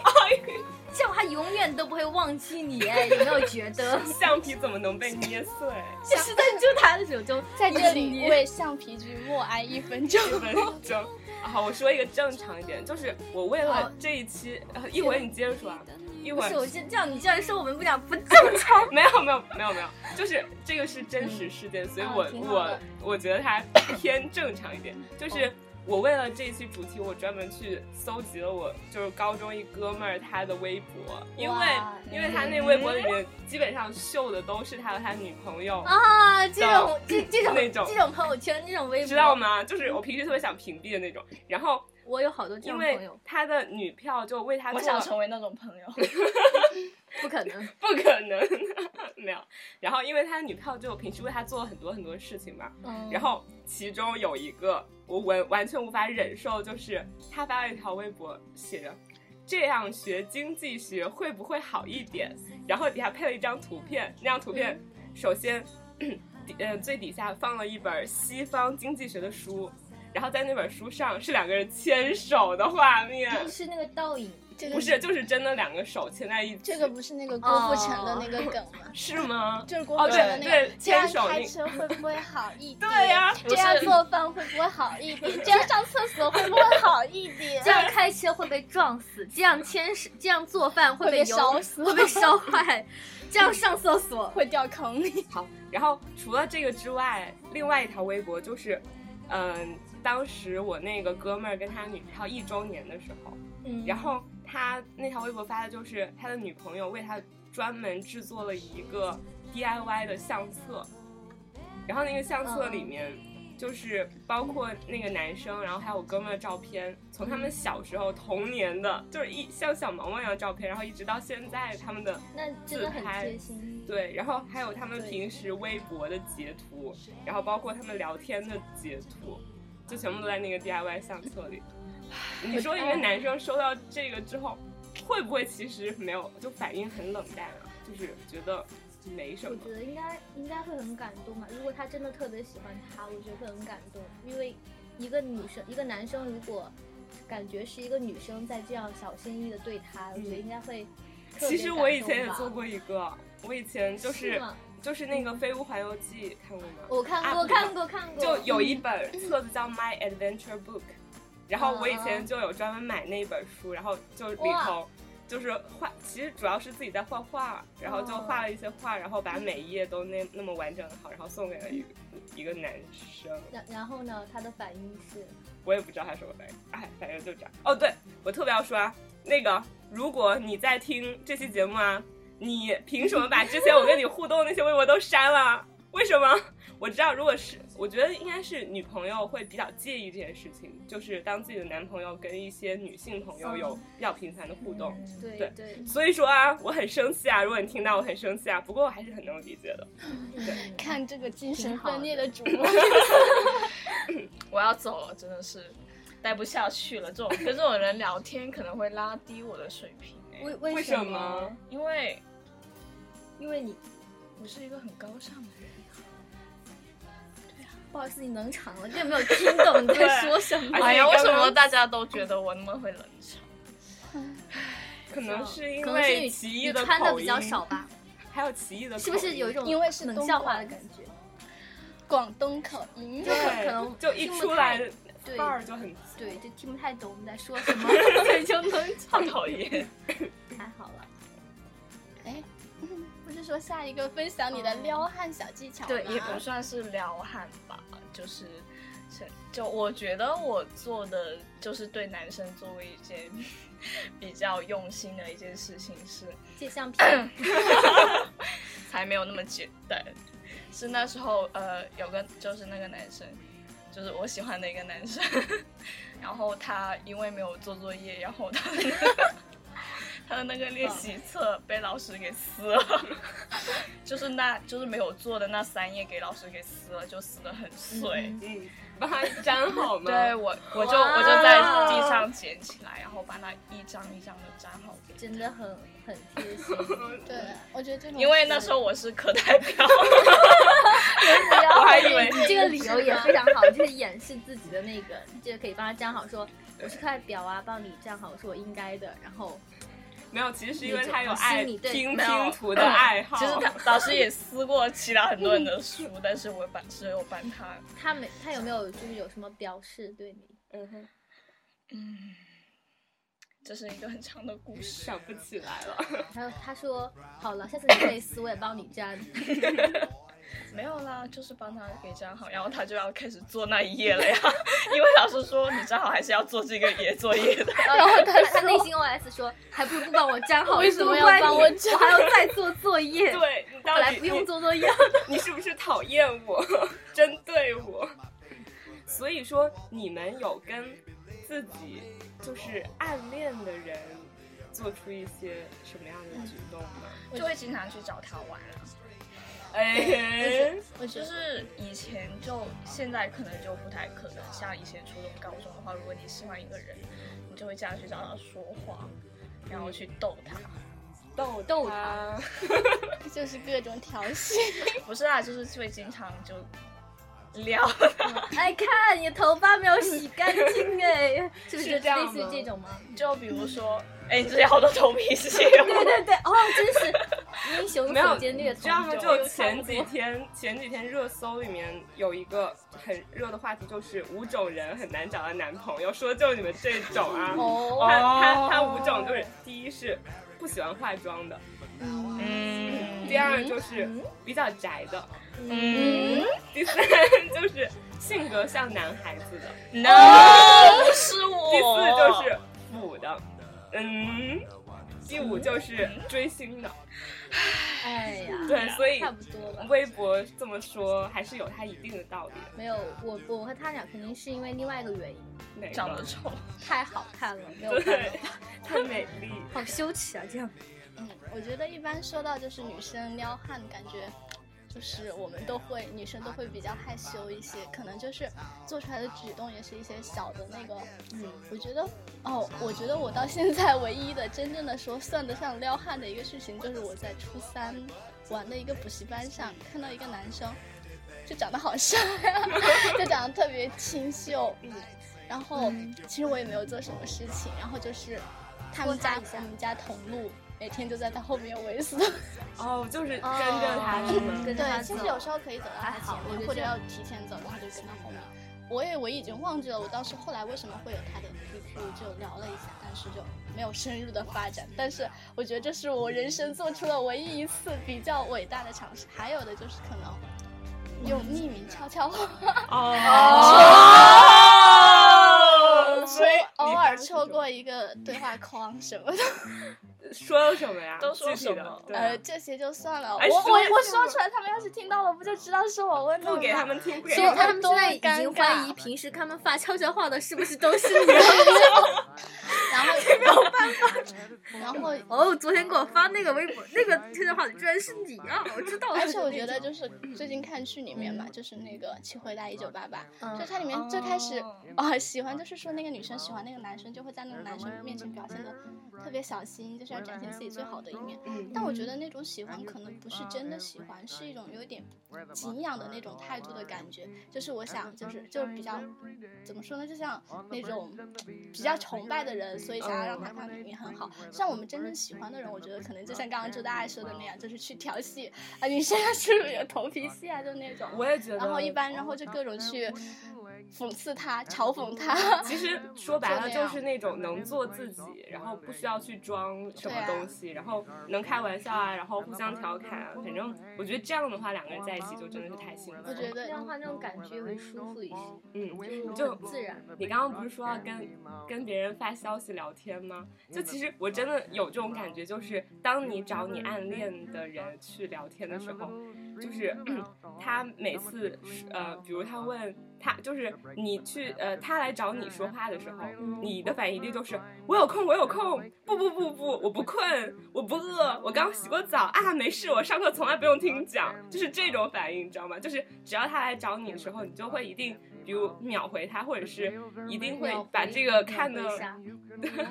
[SPEAKER 5] 这样他永远都不会忘记你，哎，有没有觉得？
[SPEAKER 4] 橡皮怎么能被捏碎？
[SPEAKER 5] 就是在就他的手中，
[SPEAKER 2] 在这里
[SPEAKER 5] 你
[SPEAKER 2] 为橡皮局默哀一分钟。
[SPEAKER 4] 一分钟。好，我说一个正常一点，就是我为了这一期，呃一会儿你接着说啊，一
[SPEAKER 5] 不
[SPEAKER 4] 会儿
[SPEAKER 5] 是，我是这样，你竟然说我们不讲 不正 常，
[SPEAKER 4] 没有没有没有没有，就是这个是真实事件，所以
[SPEAKER 5] 啊
[SPEAKER 4] 我、
[SPEAKER 5] 挺好
[SPEAKER 4] 我
[SPEAKER 5] 的 哦
[SPEAKER 4] 我觉得它偏正常一点。就是我为了这一期主题，我专门去搜集了我就是高中一哥们儿他的微博，因为
[SPEAKER 5] 哇
[SPEAKER 4] 因为他那微博里面基本上秀的都是他和他女朋友，
[SPEAKER 5] 啊，这种这这种
[SPEAKER 4] 那种
[SPEAKER 5] 这种朋友圈，这种微博，
[SPEAKER 4] 知道？吗？就是我平时特别想屏蔽的那种。然后
[SPEAKER 5] 我有好多嗯
[SPEAKER 4] 因
[SPEAKER 5] 这样的朋
[SPEAKER 4] 为
[SPEAKER 5] 友，
[SPEAKER 4] 他的女票就为他
[SPEAKER 6] 我
[SPEAKER 4] 做
[SPEAKER 6] 想
[SPEAKER 4] 了
[SPEAKER 6] 成为那种朋友。
[SPEAKER 5] 不可 能。
[SPEAKER 4] 不可能 没有，然后因为他的女票就平时为他做了很多很多事情嘛，
[SPEAKER 5] 嗯
[SPEAKER 4] 然后其中有一个我完完全无法忍受，就是他发了一条微博，写着“这样学经济学会不会好一点”，然后底下配了一张图片，那张图片
[SPEAKER 2] 嗯
[SPEAKER 4] 首先，底呃最底下放了一本西方经济学的书，然后在那本书上是两个人牵手的画面，
[SPEAKER 5] 是那个倒影，
[SPEAKER 2] 这个
[SPEAKER 4] 不是就是真的两个手牵在一起，
[SPEAKER 2] 这个不是那个郭富城的那个梗吗？
[SPEAKER 4] 是吗？
[SPEAKER 2] 就是郭
[SPEAKER 4] 哦
[SPEAKER 2] 富城的那
[SPEAKER 4] 对
[SPEAKER 2] 个
[SPEAKER 4] 对，
[SPEAKER 2] 这样
[SPEAKER 4] 牵手
[SPEAKER 2] 开
[SPEAKER 4] 那
[SPEAKER 2] 车会不会好一点？
[SPEAKER 4] 对呀、
[SPEAKER 2] 这样做饭会不会好一点？这样上厕所会不会好一点？
[SPEAKER 5] 这样开车会被撞死，这样牵手，这样做饭会
[SPEAKER 2] 会被
[SPEAKER 5] 油
[SPEAKER 2] 烧死
[SPEAKER 5] 会被 烧坏，这样上厕所
[SPEAKER 2] 会掉坑里。
[SPEAKER 4] 好，然后除了这个之外，另外一条微博就是，嗯、当时我那个哥们儿跟他女票一周年的时候，
[SPEAKER 5] 嗯
[SPEAKER 4] 然后他那条微博发的就是他的女朋友为他专门制作了一个 DIY 的相册，然后那个相册里面就是包括那个男生，然后还有我哥们儿的照片，从他们小时候童年的，就是一像小毛毛一样的照片，然后一直到现在他们的
[SPEAKER 5] 那真的很贴心。
[SPEAKER 4] 对，然后还有他们平时微博的截图，然后包括他们聊天的截图，就全部都在那个 DIY 相册 里。你说一个男生收到这个之后，会不会其实没有，就反应很冷淡啊？就是觉得没什
[SPEAKER 5] 我
[SPEAKER 4] 么。
[SPEAKER 5] 觉得应该应该会很感动吧。如果他真的特别喜欢他，我觉得会很感动，因为一个女生，一个男生如果感觉是一个女生在这样小心翼翼的对他，我觉得应该会
[SPEAKER 4] 嗯
[SPEAKER 5] 特别感动吧。
[SPEAKER 4] 其实我以前也做过一个，我以前就是是
[SPEAKER 5] 吗
[SPEAKER 4] 就是那个《飞屋环游记》，看过吗？
[SPEAKER 5] 我看
[SPEAKER 4] 啊
[SPEAKER 5] 过，看过，看过，
[SPEAKER 4] 就有一本册子叫《My Adventure Book》，然后我以前就有专门买那本书，然后就里头就是画，其实主要是自己在画画，然后就画了一些画，然后把每一页都那那么完整的好，然后送给了一个一个男生，
[SPEAKER 5] 然然后呢，他的反应是，
[SPEAKER 4] 我也不知道他什么反应，哎，反正就这样。哦，对我特别要说啊，那个如果你在听这期节目啊，你凭什么把之前我跟你互动的那些微博都删了？ 为什么？我知道，如果是我觉得应该是女朋友会比较介意这件事情，就是当自己的男朋友跟一些女性朋友有比较频繁的互动。
[SPEAKER 5] 对
[SPEAKER 4] 对
[SPEAKER 5] 对，
[SPEAKER 4] 所以说啊，我很生气啊！如果你听到，我很生气啊。不过我还是很能理解的。
[SPEAKER 2] 看这个精神
[SPEAKER 5] 挺好的
[SPEAKER 2] 分裂的主播，
[SPEAKER 6] 我要走了，真的是待不下去了。这种 跟这种人聊天可能会拉低我的水平，
[SPEAKER 5] 为
[SPEAKER 4] 为
[SPEAKER 5] 什
[SPEAKER 4] 什么？
[SPEAKER 6] 因为
[SPEAKER 5] 因为你
[SPEAKER 6] 我是一个很高尚的人。
[SPEAKER 5] 不好意思，你冷场了，根本没有听懂你在说什么。
[SPEAKER 4] 而
[SPEAKER 6] 哎
[SPEAKER 4] 且
[SPEAKER 6] 呀，
[SPEAKER 4] 你
[SPEAKER 6] 为
[SPEAKER 4] 刚
[SPEAKER 6] 什
[SPEAKER 4] 刚
[SPEAKER 6] 么大家都觉得我那么会冷场？
[SPEAKER 4] 可能是因
[SPEAKER 5] 可能是
[SPEAKER 4] 为
[SPEAKER 5] 你
[SPEAKER 4] 奇
[SPEAKER 5] 你
[SPEAKER 4] 异的
[SPEAKER 5] 穿的
[SPEAKER 4] 口
[SPEAKER 5] 比较
[SPEAKER 4] 音
[SPEAKER 5] 少，吧，
[SPEAKER 4] 还有奇异的口音，
[SPEAKER 5] 是不是有一种
[SPEAKER 2] 因为是
[SPEAKER 5] 冷
[SPEAKER 2] 东
[SPEAKER 5] 笑话的
[SPEAKER 2] 莞
[SPEAKER 5] 感觉？
[SPEAKER 2] 广东口嗯音
[SPEAKER 5] 就。可
[SPEAKER 4] 对
[SPEAKER 5] 可能
[SPEAKER 4] 就一
[SPEAKER 5] 听不
[SPEAKER 4] 出
[SPEAKER 5] 太
[SPEAKER 4] 来
[SPEAKER 5] 对
[SPEAKER 4] 范儿就很
[SPEAKER 5] 对，就听不太懂我们在说什么，
[SPEAKER 6] 对，就冷场，好讨厌。
[SPEAKER 5] 还好了。
[SPEAKER 2] 哎，不是说下一个分享你的撩汉小技巧吗？
[SPEAKER 6] 对， 也不算是撩汉吧，就是是就我觉得我做的就是对男生做过一件 比较用心的一件事情是，
[SPEAKER 5] 借 相片，嗯
[SPEAKER 6] 才没有那么简单。是那时候呃，有个就是那个男生，就是我喜欢的一个男生， 然后他因为没有做作业，然后他的 那个他的那个练习册被老师给撕了， 就是那就是没有做的那三页给老师给撕了，就撕得很碎。
[SPEAKER 4] 嗯，帮他粘好 吗？
[SPEAKER 6] 对我，我就我就在地上捡起来，然后把那一张一张的粘好给他。
[SPEAKER 5] 真的很很 贴心。
[SPEAKER 2] 对，我觉得这种
[SPEAKER 6] 因为那时候我是课代表，
[SPEAKER 5] 我
[SPEAKER 4] 还以为
[SPEAKER 5] 你这个理由也非常好，就是掩饰自己的那个，就是可以帮他站好说。我是块表啊，帮你站好，是我应该的。然后
[SPEAKER 4] 没有，其实是因为他有爱
[SPEAKER 5] 心里对嗯
[SPEAKER 4] 拼
[SPEAKER 6] 没有
[SPEAKER 4] 拼图的爱好。
[SPEAKER 6] 其实 他老师也撕过其他很多人的书，但是我帮只有帮他，
[SPEAKER 5] 他没，他有没有就是有什么表示对你？
[SPEAKER 4] 嗯哼
[SPEAKER 6] 嗯这是一个很长的故事。
[SPEAKER 4] 想 不起来了，
[SPEAKER 5] 还有他说好了，下次你类似我也帮你站。
[SPEAKER 6] 没有啦，就是帮他给站好，然后他就要开始做那一页了呀。 因为老师说你站好还是要做这个也作业的。
[SPEAKER 5] 然后他他内心 OS 说，还不如不帮我粘好，为什么要帮我粘？我还要再做作业。
[SPEAKER 4] 对你到
[SPEAKER 5] 本
[SPEAKER 4] 底
[SPEAKER 5] 来不用做 作业，
[SPEAKER 4] 你是不是讨厌我， 针对我？所以说，你们有跟自己就是暗恋的人做出一些什么样的
[SPEAKER 5] 嗯
[SPEAKER 4] 举动吗？
[SPEAKER 6] 就会经常去找他玩啊了。
[SPEAKER 4] 哎，
[SPEAKER 2] 我觉
[SPEAKER 6] 就
[SPEAKER 2] 得
[SPEAKER 6] 是以前就现在可能就不太可能，像以前初中、高中的话，如果你喜欢一个人，你就会这样去找他说话，然后去逗他。
[SPEAKER 4] 逗
[SPEAKER 5] 逗
[SPEAKER 4] 他，
[SPEAKER 2] 就是各种调戏，
[SPEAKER 6] 不是啊，就是会经常就聊。
[SPEAKER 5] 哎，看你头发没有洗干 净哎，是不
[SPEAKER 4] 是
[SPEAKER 5] 就
[SPEAKER 4] 这样
[SPEAKER 5] 类似于
[SPEAKER 4] 吗
[SPEAKER 5] 这种吗？
[SPEAKER 6] 就比如说，哎，你这里好多头皮屑
[SPEAKER 5] 对
[SPEAKER 6] 哦。
[SPEAKER 5] 对对，哦，真是英雄
[SPEAKER 4] 没有
[SPEAKER 5] 所见略
[SPEAKER 4] 知道
[SPEAKER 5] 同
[SPEAKER 4] 吗？。就前几天，前几天热搜里面有一个很热的话题，就是五种人很难找到男朋友，说就是你们这种啊。
[SPEAKER 5] 哦，
[SPEAKER 4] 他他他五种就是第一是不喜欢化妆的，
[SPEAKER 6] 嗯
[SPEAKER 4] 第二就是比较宅的，
[SPEAKER 6] 嗯
[SPEAKER 4] 第三就是性格像男孩子的，
[SPEAKER 6] ，no，不是我。
[SPEAKER 4] 第四就是腐的，嗯，第五就是追星的。
[SPEAKER 5] 哎 呀，
[SPEAKER 4] 对，所以
[SPEAKER 5] 差不多吧。
[SPEAKER 4] 微博这么说还是有它一定的道理。
[SPEAKER 5] 没有，我我和他俩肯定是因为另外一个原因，
[SPEAKER 4] 哪个
[SPEAKER 6] 长得丑，
[SPEAKER 5] 太好看了，没有办
[SPEAKER 4] 对
[SPEAKER 5] 法，，
[SPEAKER 4] 太美丽。
[SPEAKER 5] 好羞耻啊！这样，
[SPEAKER 2] 嗯，我觉得一般说到就是女生撩汉，感觉就是我们都会，女生都会比较害羞一些，可能就是做出来的举动也是一些小的那个，嗯，我觉得哦，我觉得我到现在唯一的真正的说算得上撩汉的一个事情，就是我在初三玩的一个补习班上看到一个男生，就长得好帅、啊， 就长得特别清秀，嗯，然后其实我也没有做什么事情，然后就是他们家我们家同路，每天就在他后面围死。
[SPEAKER 4] 哦，就是跟 着他是吗？
[SPEAKER 5] 跟着他
[SPEAKER 2] 对，其
[SPEAKER 5] 走
[SPEAKER 2] 实，有时候可以走到他
[SPEAKER 5] 还好
[SPEAKER 2] 前
[SPEAKER 5] 我觉
[SPEAKER 2] 面，
[SPEAKER 5] 得
[SPEAKER 2] 或者
[SPEAKER 5] 这样
[SPEAKER 2] 要提前走，然后就跟到后面。我也我已经忘记了我当时后来为什么会有他的 QQ，就聊了一下，但是就没有深入的发展。但是我觉得这是我人生做出了唯一一次比较伟大的尝试。还有的就是可能用匿名悄悄话，
[SPEAKER 4] 哦，
[SPEAKER 2] 说偶尔抽过一个对话框什么的。
[SPEAKER 4] 说什么呀？
[SPEAKER 6] 都说
[SPEAKER 4] 具体的
[SPEAKER 6] 什么
[SPEAKER 4] 对啊
[SPEAKER 2] 呃，这些就算了。
[SPEAKER 4] 哎
[SPEAKER 2] 我
[SPEAKER 4] 说
[SPEAKER 2] 我
[SPEAKER 4] 一
[SPEAKER 2] 我
[SPEAKER 4] 下
[SPEAKER 2] 说
[SPEAKER 4] 吧
[SPEAKER 2] 出来，他们要是听到了，不就知道是我问的
[SPEAKER 4] 不
[SPEAKER 2] 吗？
[SPEAKER 4] 给他们听，不给
[SPEAKER 5] 所
[SPEAKER 4] 他
[SPEAKER 5] 以
[SPEAKER 4] 们
[SPEAKER 5] 他们现在已
[SPEAKER 2] 多
[SPEAKER 5] 经
[SPEAKER 2] 尴尬
[SPEAKER 5] 怀疑平时他们发悄悄话的是不是都是 你？
[SPEAKER 2] 然 后没有办法。然后
[SPEAKER 5] 哦，昨天给我发那个微博那个悄悄话的居然是你啊！我知道了，
[SPEAKER 2] 而且我觉得就是最近看剧里面嘛，就是那个《请回答一九八八》，就它里面最开始啊喜欢，就是说那个女生喜欢那个男生，就会在那个男生面前表现的特别小心，就是要展现自己最好的一面。但我觉得那种喜欢可能不是真的喜欢，是一种有点敬仰的那种态度的感觉。就是我想，就是就是比较怎么说呢，就像那种比较崇拜的人，所以想要让他看到你很好。像我们真正喜欢的人，我觉得可能就像刚刚周大爱说的那样，就是去调戏啊，你身上是不是有头皮屑啊，就那种。
[SPEAKER 4] 我也觉得。
[SPEAKER 2] 然后一般，然后就各种去讽刺他、嘲讽他。
[SPEAKER 4] 其实说白了
[SPEAKER 2] 就那
[SPEAKER 4] 就
[SPEAKER 2] 样
[SPEAKER 4] 是那种能做自己，然后不需要去装什么东西，然后能开玩笑啊，然后互相调侃啊，反正我觉得这样的话，两个人在一起就真的是太幸福
[SPEAKER 2] 我
[SPEAKER 4] 了。
[SPEAKER 2] 觉
[SPEAKER 5] 这
[SPEAKER 2] 得
[SPEAKER 5] 样的话那种感觉会舒服一些，
[SPEAKER 4] 嗯，
[SPEAKER 5] 就
[SPEAKER 4] 就
[SPEAKER 5] 很自然。
[SPEAKER 4] 你刚刚不是说要跟跟别人发消息聊天吗？就其实我真的有这种感觉，就是当你找你暗恋的人去聊天的时 候，就是、 嗯他每次呃，比如他问他，就是你去呃，他来找你说话的时候，你的反应一定就是我有空，我有空，不不不不，我不困，我不饿，我刚洗过澡啊，没事，我上课从来不用听你讲，就是这种反应，你知道吗？就是只要他来找你的时候，你就会一定。比如秒回他，或者是一定会把这个看
[SPEAKER 5] 的
[SPEAKER 4] 的，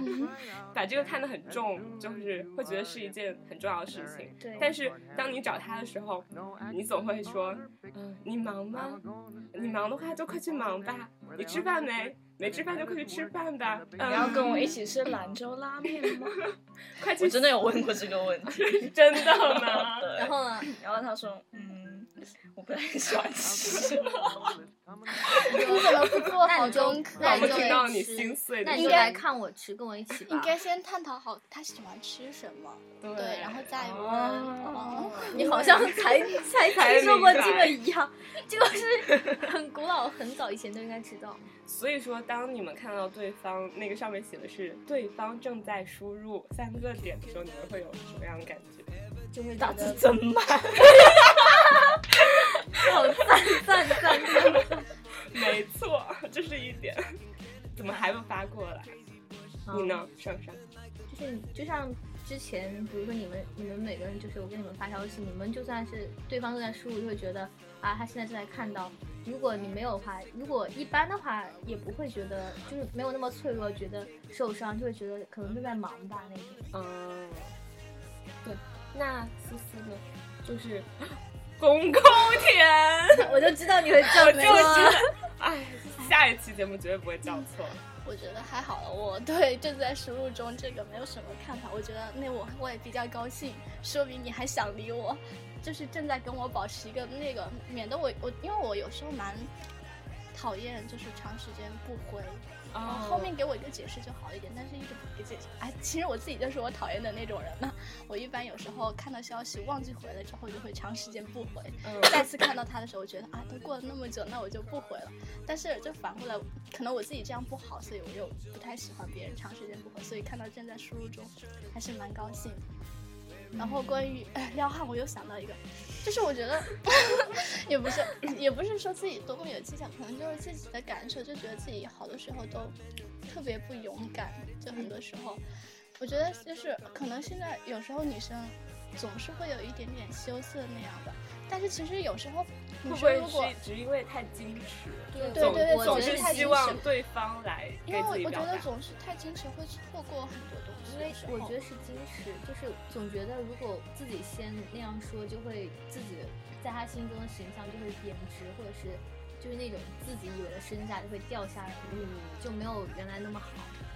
[SPEAKER 4] 把这个看得很重，就是会觉得是一件很重要的事情。
[SPEAKER 5] 对，
[SPEAKER 4] 但是当你找他的时候，你总会说，嗯、你忙吗？你忙的话就快去忙吧。你吃饭没？没吃饭就快去吃饭吧。嗯、
[SPEAKER 6] 你要跟我一起吃兰州拉面吗？
[SPEAKER 4] 快去
[SPEAKER 6] 我真的有问过这个问 题，
[SPEAKER 4] 真的 吗？
[SPEAKER 5] 然后呢？
[SPEAKER 6] 然后他说，嗯，我不太喜欢吃。
[SPEAKER 2] 你怎么不做
[SPEAKER 5] 那好就
[SPEAKER 2] 功课
[SPEAKER 5] 那
[SPEAKER 4] 我
[SPEAKER 5] 你
[SPEAKER 4] 们
[SPEAKER 5] 就
[SPEAKER 4] 听到你
[SPEAKER 5] 吃
[SPEAKER 4] 心碎的
[SPEAKER 5] 那
[SPEAKER 4] 声
[SPEAKER 5] 你
[SPEAKER 4] 音
[SPEAKER 5] 就来看我吃，跟我一起吧
[SPEAKER 2] 应。该先探讨好他喜欢吃什么，对，然后再问。
[SPEAKER 4] 哦
[SPEAKER 2] 哦，
[SPEAKER 5] 你好像 才才
[SPEAKER 4] 才
[SPEAKER 5] 听说过
[SPEAKER 4] 明白
[SPEAKER 5] 这个一样，这个是很古老、很早以前都应该知道。
[SPEAKER 4] 所以说，当你们看到对方那个上面写的是对方正在输入三个点的时候，你们会有什么样的感觉？
[SPEAKER 5] 就会打字
[SPEAKER 4] 怎么
[SPEAKER 5] 好赞赞赞 赞！
[SPEAKER 4] 没错，这是一点。怎么还不发过来？你呢，上上？
[SPEAKER 5] 就是你就像之前，比如说你们你们每个人，就是我给你们发消息，你们就算是对方正在输入，就会觉得啊，他现在正在看到。如果你没有的话，如果一般的话，也不会觉得就是没有那么脆弱，觉得受伤，就会觉得可能正在忙吧那种。
[SPEAKER 4] 嗯，对。那思思呢？就是 公公甜。
[SPEAKER 5] 我就知道你会这
[SPEAKER 4] 我
[SPEAKER 5] 么
[SPEAKER 4] 就
[SPEAKER 5] 说。
[SPEAKER 4] 觉得，哎，下一期节目绝对不会叫错。
[SPEAKER 2] 我觉得还好，我对正在输入中这个没有什么看法。我觉得那我我也比较高兴，说明你还想理我，就是正在跟我保持一个那个，免得我我因为我有时候蛮讨厌就是长时间不回，然后后面给我一个解释就好一点，但是一直不给解释。哎，其实我自己就是我讨厌的那种人嘛。我一般有时候看到消息忘记回了之后，就会长时间不回。再次看到他的时候，我觉得啊，都过了那么久，那我就不回了。但是就反过来，可能我自己这样不好，所以我又不太喜欢别人长时间不回，所以看到正在输入中，还是蛮高兴的。然后关于 哎撩汉，我又想到一个，就是我觉得也不是也不是说自己多么有技巧，可能就是自己的感受，就觉得自己好多时候都特别不勇敢，就很多时候，我觉得就是可能现在有时候女生总是会有一点点羞涩那样的，但是其实有时候
[SPEAKER 4] 会
[SPEAKER 2] 女
[SPEAKER 4] 不
[SPEAKER 2] 生如果
[SPEAKER 4] 会是只因为太矜持？
[SPEAKER 5] 对
[SPEAKER 2] 对对
[SPEAKER 5] 我
[SPEAKER 4] 总
[SPEAKER 5] 觉
[SPEAKER 4] 是
[SPEAKER 5] 得太
[SPEAKER 4] 希
[SPEAKER 5] 矜
[SPEAKER 4] 望
[SPEAKER 2] 持
[SPEAKER 4] 对方来
[SPEAKER 2] 因为
[SPEAKER 4] 给自己
[SPEAKER 2] 我我
[SPEAKER 4] 表
[SPEAKER 2] 觉
[SPEAKER 4] 达
[SPEAKER 2] 得。总是太矜持会错过很多东西
[SPEAKER 5] 因
[SPEAKER 2] 的
[SPEAKER 5] 为
[SPEAKER 2] 时候。
[SPEAKER 5] 我觉得是矜持，就是总觉得如果自己先那样说，就会自己在他心中的形象就会贬值，或者是就是那种自己以为的身价就会掉下来，嗯，就没有原来那么好。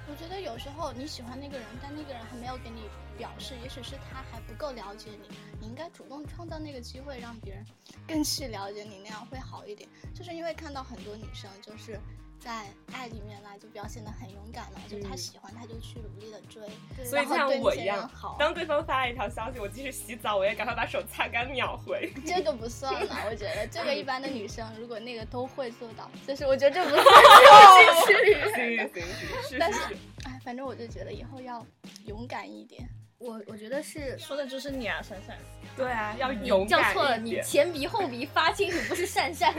[SPEAKER 2] 我觉得有时候你喜欢那个人，但那个人还没有给你表示，也许是他还不够了解你，你应该主动创造那个机会，让别人更去了解你，那样会好一点。就是因为看到很多女生就是在爱里面啦，就表现得很勇敢了，就她喜欢她就去努力的追，
[SPEAKER 4] 所以
[SPEAKER 2] 然后
[SPEAKER 4] 就像
[SPEAKER 2] 对
[SPEAKER 4] 我
[SPEAKER 2] 那些
[SPEAKER 4] 一
[SPEAKER 2] 人
[SPEAKER 4] 样
[SPEAKER 2] 好，
[SPEAKER 4] 当对方发来一条消息，我即使洗澡，我也赶快把手擦干秒回。
[SPEAKER 2] 这个不算了，我觉得这个一般的女生如果那个都会做到，就是我觉得这不算是
[SPEAKER 4] 行 行行，是
[SPEAKER 2] 但
[SPEAKER 4] 是
[SPEAKER 2] 是
[SPEAKER 4] 是，
[SPEAKER 2] 哎，反正我就觉得以后要勇敢一点。
[SPEAKER 5] 我我觉得是
[SPEAKER 6] 说的就是你啊，闪闪。
[SPEAKER 4] 对啊，要
[SPEAKER 5] 你
[SPEAKER 4] 勇
[SPEAKER 5] 叫
[SPEAKER 4] 敢
[SPEAKER 5] 错了，
[SPEAKER 4] 一
[SPEAKER 5] 你
[SPEAKER 4] 点
[SPEAKER 5] 前鼻后鼻发清楚，不是 善善，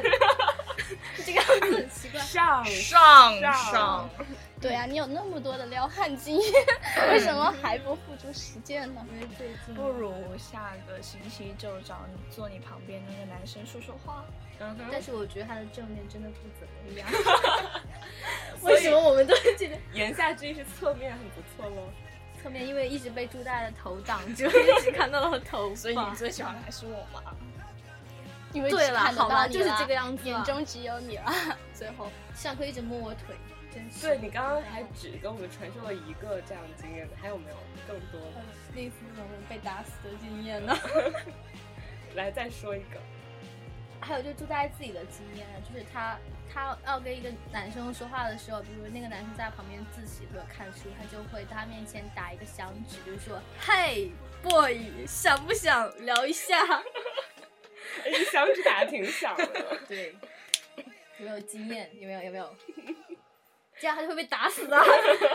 [SPEAKER 5] 这个样子很奇怪。
[SPEAKER 4] 上
[SPEAKER 6] 上
[SPEAKER 4] 上嗯
[SPEAKER 6] 上，
[SPEAKER 2] 对啊，你有那么多的撩汉经验，为什么还不付诸实践呢？
[SPEAKER 5] 因为最近
[SPEAKER 6] 不如下个星期就找你坐你旁边那个男生说说话。
[SPEAKER 4] 嗯哼
[SPEAKER 5] 但是我觉得他的正面真的不怎么样。
[SPEAKER 4] 所以
[SPEAKER 5] 为什么我们都会觉得
[SPEAKER 4] 言下之意是侧面很不错喽。
[SPEAKER 5] 侧面因为一直被朱大的头挡住，一直看 到了头发。
[SPEAKER 6] 所以你最喜欢的还是我嘛？
[SPEAKER 2] 因为
[SPEAKER 5] 对
[SPEAKER 2] 只
[SPEAKER 5] 了，
[SPEAKER 2] 看得
[SPEAKER 5] 好
[SPEAKER 2] 到
[SPEAKER 5] 吧，
[SPEAKER 2] 你
[SPEAKER 5] 就是
[SPEAKER 2] 了
[SPEAKER 5] 这个样子啊。
[SPEAKER 2] 眼中只有你了。 最后，
[SPEAKER 5] 上课一直摸我腿，真是。呃
[SPEAKER 4] 对你刚刚还只跟我们传授了一个这样的经验，还有没有更多的？
[SPEAKER 5] 类似那种被打死的经验呢？
[SPEAKER 4] 来再说一 个。
[SPEAKER 5] 还有就是朱大爷自己的经验，就是他他要跟一个男生说话的时候，比如那个男生在旁边自习或者看书，他就会在他面前打一个响指，就是说嘿 boy，想不想聊一下？
[SPEAKER 4] 哎，你响指打的挺响 的。
[SPEAKER 5] 对，有没有经验？有没有？有没有？这样他就会被打死的，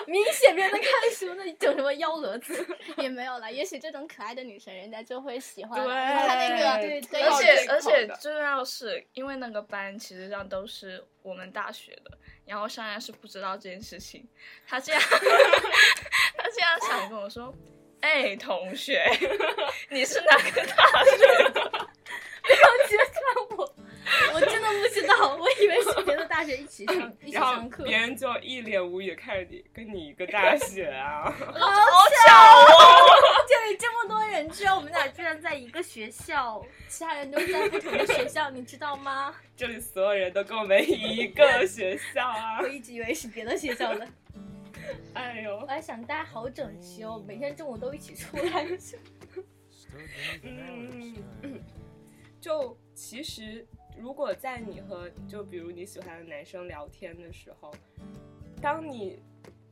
[SPEAKER 5] 明显别人在看书，那你整什么幺蛾子？
[SPEAKER 2] 也没有了。也许这种可爱的女生，人家就会喜欢
[SPEAKER 4] 对
[SPEAKER 2] 她那个，
[SPEAKER 4] 对
[SPEAKER 2] 对，
[SPEAKER 6] 而且
[SPEAKER 4] 对
[SPEAKER 6] 而且
[SPEAKER 4] 对
[SPEAKER 6] 最重要的是，因为那个班其实上都是我们大学的，然后珊珊是不知道这件事情，她竟然 她竟然想跟我说，哎，同学，你是哪个 大学的？
[SPEAKER 5] 直接看我，我真的不知道，我以为是别的大学一 起上一起
[SPEAKER 4] 然后
[SPEAKER 5] 上课。
[SPEAKER 4] 别人就一脸无语看着你，跟你一个大学啊。
[SPEAKER 5] 哦这里这么多人，居然我们俩居然在一个学校，其他人都在不同的学校，你知道吗？
[SPEAKER 4] 这里所有人都跟我们一个学校 啊
[SPEAKER 5] 我！一直以为是别的学校的，
[SPEAKER 4] 哎
[SPEAKER 5] 我
[SPEAKER 4] 呦，
[SPEAKER 5] 还想大家好整齐哦，每天中午都一起出来。
[SPEAKER 4] 嗯，就其实如果在你和就比如你喜欢的男生聊天的时候，当你，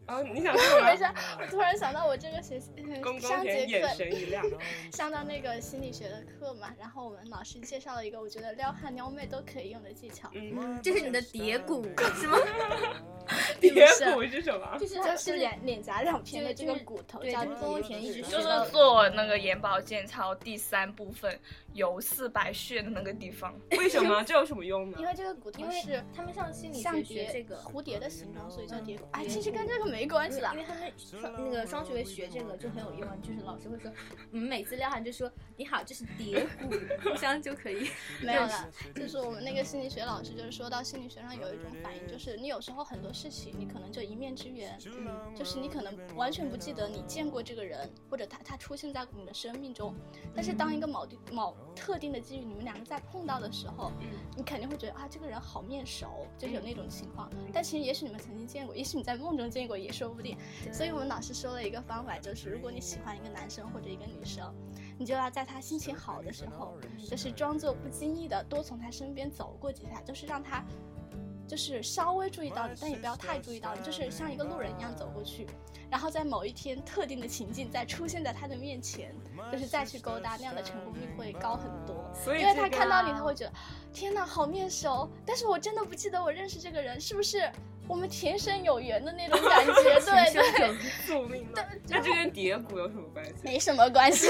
[SPEAKER 4] 啊，你想说
[SPEAKER 2] 没事
[SPEAKER 4] 什么？，
[SPEAKER 2] 我突然想到我这个学期
[SPEAKER 4] 公
[SPEAKER 2] 嗯
[SPEAKER 4] 公
[SPEAKER 2] 上节
[SPEAKER 4] 田眼
[SPEAKER 2] 课
[SPEAKER 4] 神一亮，
[SPEAKER 2] 上到那个心理学的课嘛，然后我们老师介绍了一个我觉得撩汉撩妹都可以用的技巧，
[SPEAKER 4] 嗯，
[SPEAKER 5] 这是你的蝶骨是吗？
[SPEAKER 4] 叠骨是什 么？
[SPEAKER 5] 就是
[SPEAKER 2] 就
[SPEAKER 5] 它
[SPEAKER 2] 是脸脸颊两边的这个骨头
[SPEAKER 5] 对，
[SPEAKER 2] 叫
[SPEAKER 5] 就是公
[SPEAKER 2] 蝶
[SPEAKER 5] 田一直
[SPEAKER 6] 就
[SPEAKER 5] 学到
[SPEAKER 6] 是做那个眼保健操第三部分有四百穴的那个地方，
[SPEAKER 4] 为什么？这有什么用呢
[SPEAKER 2] 因？为这个骨头
[SPEAKER 5] 因为
[SPEAKER 2] 是
[SPEAKER 5] 他们上心理
[SPEAKER 2] 像
[SPEAKER 5] 学学
[SPEAKER 2] 蝶
[SPEAKER 5] 这个。嗯
[SPEAKER 2] 蝴蝶的形状，所以叫蝶骨。哎，
[SPEAKER 5] 蝶
[SPEAKER 2] 其实
[SPEAKER 5] 骨
[SPEAKER 2] 跟这个没关系
[SPEAKER 5] 因
[SPEAKER 2] 啦。
[SPEAKER 5] 为他们双那个双学位学这个就很有用啊，就是老师会说，我们每次撩汉就说你好，这是蝶骨，这样就可以。
[SPEAKER 2] 没有了，就是我们那个心理学老师就是说到心理学上有一种反应，就是你有时候很多事情你可能就一面之缘，就是你可能完全不记得你见过这个人，或者他他出现在你的生命中，但是当一个某地某特定的机遇你们两个再碰到的时候，你肯定会觉得啊这个人好面熟，就是有那种情况，但其实也许你们曾经见过，也许你在梦中见过也说不定。所以我们老师说了一个方法，就是如果你喜欢一个男生或者一个女生，你就要在他心情好的时候，就是装作不经意的多从他身边走过几下，就是让他，就是稍微注意到你，但也不要太注意到你，就是像一个路人一样走过去，然后在某一天特定的情境再出现在他的面前，就是再去勾搭，那样的成功率会高很多。
[SPEAKER 4] 所以
[SPEAKER 2] 因为
[SPEAKER 4] 这
[SPEAKER 2] 他
[SPEAKER 4] 个
[SPEAKER 2] 看到你，他会觉得，天哪，好面熟，但是我真的不记得我认识这个人，是不是我们前生有缘的那种感觉？ 对
[SPEAKER 5] 情深
[SPEAKER 2] 对，
[SPEAKER 4] 宿命论，那这跟叠骨有什么关系？
[SPEAKER 2] 没什么关系。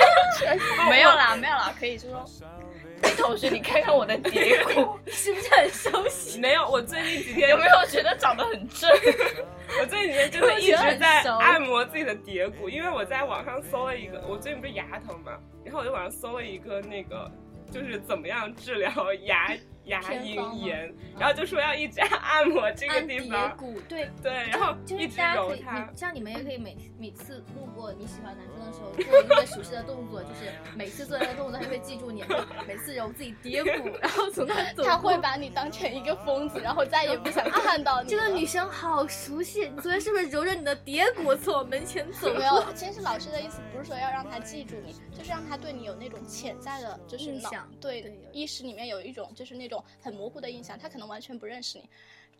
[SPEAKER 6] 没有啦，没有啦，可以就说，哦哎，同学，你看看我的蝶骨，
[SPEAKER 5] 是不是很熟 悉？
[SPEAKER 4] 没有，我最近几天
[SPEAKER 6] 有没有觉得长得很正？
[SPEAKER 4] 我最近几天真的一直在按摩自己的蝶骨，因为我在网上搜了一个，我最近不是牙疼嘛，然后我就网上搜了一个那个，就是怎么样治疗牙牙龈炎，然后就说要一直按摩这个
[SPEAKER 5] 按
[SPEAKER 4] 地
[SPEAKER 5] 蝶
[SPEAKER 4] 方，
[SPEAKER 5] 骨，对，
[SPEAKER 4] 对，然后
[SPEAKER 5] 就
[SPEAKER 4] 一
[SPEAKER 5] 是
[SPEAKER 4] 直
[SPEAKER 5] 大家
[SPEAKER 4] 揉
[SPEAKER 5] 可以，嗯
[SPEAKER 4] 它
[SPEAKER 5] 你，像你们也可以每每次路过你喜欢男生的时候，做
[SPEAKER 2] 嗯
[SPEAKER 5] 一个熟悉的动作，就是每次做这个动作，他就会记住你，每次揉自己跌骨，然后从那走过。
[SPEAKER 2] 他会把你当成一个疯子，然后再也 不想看到你。
[SPEAKER 5] 这个 女生好熟悉，你昨天是不是揉着你的跌骨从我门前走
[SPEAKER 2] 没
[SPEAKER 5] 过？
[SPEAKER 2] 有，其实老师的意思不是说要让他记住你，就是让他对你有那种潜在的，就是
[SPEAKER 5] 印
[SPEAKER 2] 脑
[SPEAKER 5] 象对
[SPEAKER 2] 对
[SPEAKER 5] 有
[SPEAKER 2] 意识里面有一种就是那种很模糊的印象，他可能完全不认识你。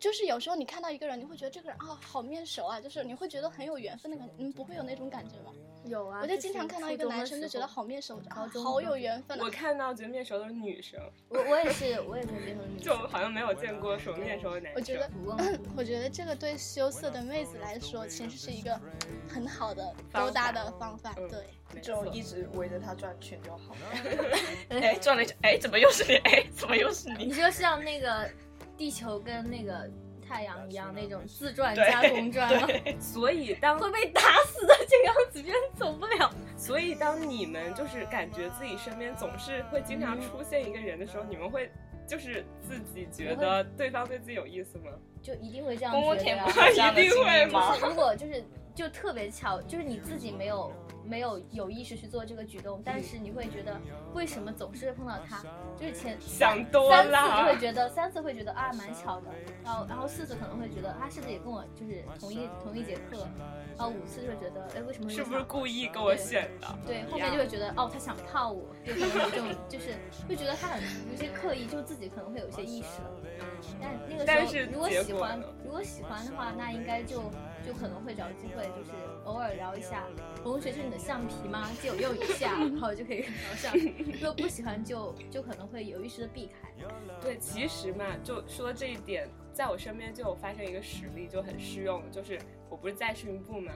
[SPEAKER 2] 就是有时候你看到一个人，你会觉得这个人啊好面熟啊，就是你会觉得很有缘分的感觉，你们不会有那种感觉吗？
[SPEAKER 5] 有啊，
[SPEAKER 2] 我就
[SPEAKER 5] 就
[SPEAKER 2] 经
[SPEAKER 5] 是
[SPEAKER 2] 常看到一
[SPEAKER 5] 初
[SPEAKER 2] 个
[SPEAKER 5] 中的
[SPEAKER 2] 男生就
[SPEAKER 5] 时
[SPEAKER 2] 觉得
[SPEAKER 5] 候
[SPEAKER 2] 好面熟，啊
[SPEAKER 5] 高中
[SPEAKER 2] 好
[SPEAKER 5] 的时
[SPEAKER 2] 有
[SPEAKER 5] 候
[SPEAKER 2] 缘分啊
[SPEAKER 4] 我。看到觉得面熟都是女生，
[SPEAKER 5] 我我也是，我也是变成女
[SPEAKER 4] 就
[SPEAKER 5] 生。
[SPEAKER 4] 好像没有见过什么面熟的男生。
[SPEAKER 2] 我觉得
[SPEAKER 5] 不忘初中
[SPEAKER 2] 我觉得这个对羞涩的妹子来说，其实是一个很好的勾搭的方法。
[SPEAKER 4] 嗯
[SPEAKER 2] 对，
[SPEAKER 4] 没错
[SPEAKER 6] 就一直围着他转圈就好了。 哎，转了一圈，哎，怎么又是你？哎，怎么又是
[SPEAKER 5] 你
[SPEAKER 6] 你？
[SPEAKER 5] 说像那个地球跟那个太阳一样那种自转
[SPEAKER 4] 对
[SPEAKER 5] 加公转吗？
[SPEAKER 4] 所以当
[SPEAKER 5] 会被打死的这个样子，别人走不了。
[SPEAKER 4] 所以当你们就是感觉自己身边总是会经常出现一个人的时候，你们会就是自己觉得对方对自己有意思吗？
[SPEAKER 5] 就一定会这样
[SPEAKER 6] 公
[SPEAKER 5] 觉
[SPEAKER 6] 公
[SPEAKER 5] 得
[SPEAKER 6] 田
[SPEAKER 5] 呀
[SPEAKER 6] 不。是这样的
[SPEAKER 4] 一定
[SPEAKER 6] 经
[SPEAKER 4] 会
[SPEAKER 6] 历
[SPEAKER 4] 吗
[SPEAKER 6] 吗？
[SPEAKER 5] 如果就是就特别巧，就是你自己没有没有有意识去做这个举动，但是你会觉得为什么总是会碰到他？就是前
[SPEAKER 4] 想多
[SPEAKER 5] 三次就会
[SPEAKER 4] 了，
[SPEAKER 5] 觉得三次会觉得啊蛮巧的，然后然后四次可能会觉得啊是不是也跟我就是同一同一节课，然后五次就会觉得哎为什么
[SPEAKER 4] 是不
[SPEAKER 5] 这
[SPEAKER 4] 是
[SPEAKER 5] 样
[SPEAKER 4] 故意给我选的？
[SPEAKER 5] 对，后面就会觉得哦，他想泡我，就可能有这种，就是会觉得他很有些刻意，就自己可能会有一些意识了。但那个时
[SPEAKER 4] 嗯
[SPEAKER 5] 候，
[SPEAKER 4] 但是
[SPEAKER 5] 如果
[SPEAKER 4] 结
[SPEAKER 5] 喜
[SPEAKER 4] 果
[SPEAKER 5] 欢
[SPEAKER 4] 呢，
[SPEAKER 5] 如果喜欢的话，那应该就就可能会找机会，就是偶尔聊一下。同学是你的橡皮吗？借我用一下，然后就可以聊上。如果不喜欢就，就可能会有意识的避开。
[SPEAKER 4] 对，其实嘛，就说这一点，在我身边就有发生一个实例，就很适用，就是我不是在视频部嘛，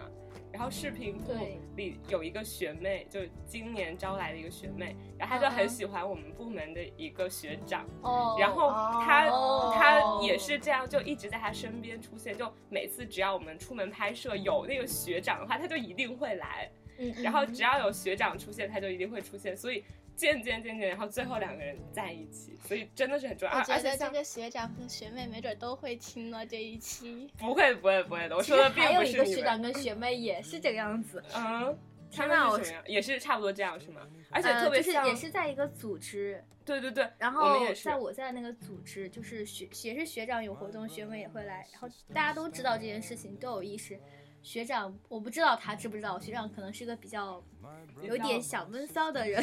[SPEAKER 4] 然后视频部
[SPEAKER 5] 对
[SPEAKER 4] 里有一个学妹，就是今年招来的一个学妹，然后她就
[SPEAKER 5] 嗯
[SPEAKER 4] 很
[SPEAKER 5] 嗯
[SPEAKER 4] 喜欢我们部门的一个学长，
[SPEAKER 5] 哦
[SPEAKER 4] 然后她
[SPEAKER 5] 哦
[SPEAKER 4] 她也是这样，就一直在她身边出现，就每次只要我们出门拍摄有那个学长的话，她就一定会来，
[SPEAKER 5] 嗯，
[SPEAKER 4] 然后
[SPEAKER 5] 嗯
[SPEAKER 4] 只要有学长出现，她就一定会出现，所以。渐渐渐渐，然后最后两个人在一起，所以真的是很重要。
[SPEAKER 2] 我
[SPEAKER 4] 而
[SPEAKER 2] 觉
[SPEAKER 4] 而且
[SPEAKER 2] 得这
[SPEAKER 4] 像
[SPEAKER 2] 个学长和学妹没准都会听了这一期。
[SPEAKER 4] 不会不会不会的，我
[SPEAKER 5] 其
[SPEAKER 4] 说
[SPEAKER 5] 实
[SPEAKER 4] 的并
[SPEAKER 5] 还有
[SPEAKER 4] 不
[SPEAKER 5] 一
[SPEAKER 4] 是
[SPEAKER 5] 个
[SPEAKER 4] 你
[SPEAKER 5] 学
[SPEAKER 4] 们。
[SPEAKER 5] 长跟学妹也是这个样子。
[SPEAKER 4] 嗯，他
[SPEAKER 5] 天哪
[SPEAKER 4] 们
[SPEAKER 5] 我
[SPEAKER 4] 是什么样？也是差不多这样是吗？而
[SPEAKER 5] 而
[SPEAKER 4] 且特别
[SPEAKER 5] 呃就是
[SPEAKER 4] 像，
[SPEAKER 5] 也是在一个组织，
[SPEAKER 4] 对对对，
[SPEAKER 5] 然
[SPEAKER 4] 我们
[SPEAKER 5] 后
[SPEAKER 4] 也是
[SPEAKER 5] 在我在那个组织，就是学也是学长有活动，学妹也会来，然后大家都知道这件事情，都有意识。学长，我不知道他知不知道，学长可能是个比较有点小闷骚 的人，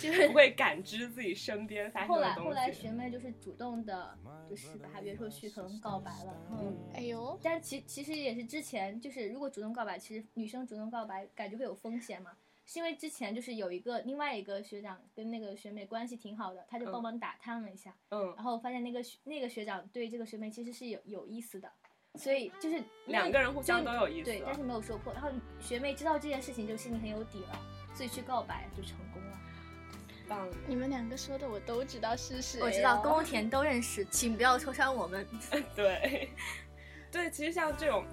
[SPEAKER 5] 就是
[SPEAKER 4] 不会感知自己身边发生
[SPEAKER 5] 后
[SPEAKER 4] 的
[SPEAKER 5] 来后
[SPEAKER 4] 东
[SPEAKER 5] 来
[SPEAKER 4] 西。
[SPEAKER 5] 学妹就是主动的，就是把袁硕旭可能告白了，嗯。
[SPEAKER 2] 哎呦，
[SPEAKER 5] 但是其其实也是之前，就是如果主动告白，其实女生主动告白感觉会有风险嘛，是因为之前就是有一个另外一个学长跟那个学妹关系挺好的，他就帮
[SPEAKER 4] 嗯
[SPEAKER 5] 忙打探了一下，
[SPEAKER 4] 嗯，
[SPEAKER 5] 然后发现那个学那个学长对这个学妹其实是有有意思的，所以就是
[SPEAKER 4] 两个人互相
[SPEAKER 5] 就
[SPEAKER 4] 都有意思啊
[SPEAKER 5] 对，但是没有说破。然后学妹知道这件事情，就心里很有底了，所以去告白就成功了。
[SPEAKER 4] 棒。
[SPEAKER 2] 你们两个说的我都知道是谁哦了，
[SPEAKER 5] 我知道宫田都认识，请不要戳穿我们。
[SPEAKER 4] 对， 对，其实像这种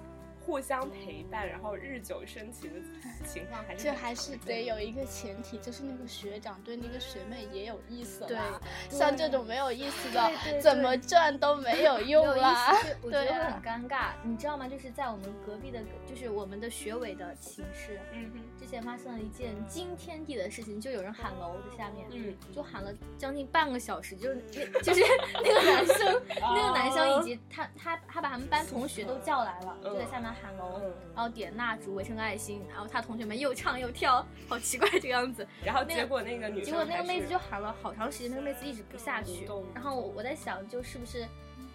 [SPEAKER 4] 互相陪伴，然后日久生情的情况还是
[SPEAKER 2] 这
[SPEAKER 4] 很
[SPEAKER 2] 还
[SPEAKER 4] 常
[SPEAKER 2] 是
[SPEAKER 4] 见
[SPEAKER 2] 得
[SPEAKER 4] 的
[SPEAKER 2] 有一个前提，就是那个学长对那个学妹也有意思
[SPEAKER 5] 对
[SPEAKER 2] 啦。像这种没有意思的
[SPEAKER 5] 对对，对
[SPEAKER 2] 怎么转都没有用
[SPEAKER 5] 有意
[SPEAKER 2] 啦。
[SPEAKER 5] 思，我觉
[SPEAKER 2] 对
[SPEAKER 5] 得会
[SPEAKER 2] 啊
[SPEAKER 5] 很尴尬，你知道吗？就是在我们隔壁的，就是我们的学委的寝室，
[SPEAKER 4] 嗯哼，
[SPEAKER 5] 之前发生了一件惊天地的事情，就有人喊楼的下面，
[SPEAKER 4] 嗯，
[SPEAKER 5] 就喊了将近半个小时，就是那 就是那个男生， 那个男生以及他他他把他们班同学都叫来了，就在下面喊楼，
[SPEAKER 4] 嗯
[SPEAKER 5] 然后点蜡烛围成个爱心，然后他同学们又唱又跳，好奇怪这个样子。
[SPEAKER 4] 然后
[SPEAKER 5] 那
[SPEAKER 4] 结
[SPEAKER 5] 个
[SPEAKER 4] 果那个女生
[SPEAKER 5] 结果那个
[SPEAKER 4] 还
[SPEAKER 5] 妹
[SPEAKER 4] 是嗯
[SPEAKER 5] 子就喊了好长时间，那个妹子一直不下去
[SPEAKER 4] 不动。
[SPEAKER 5] 然后我在想，就是不是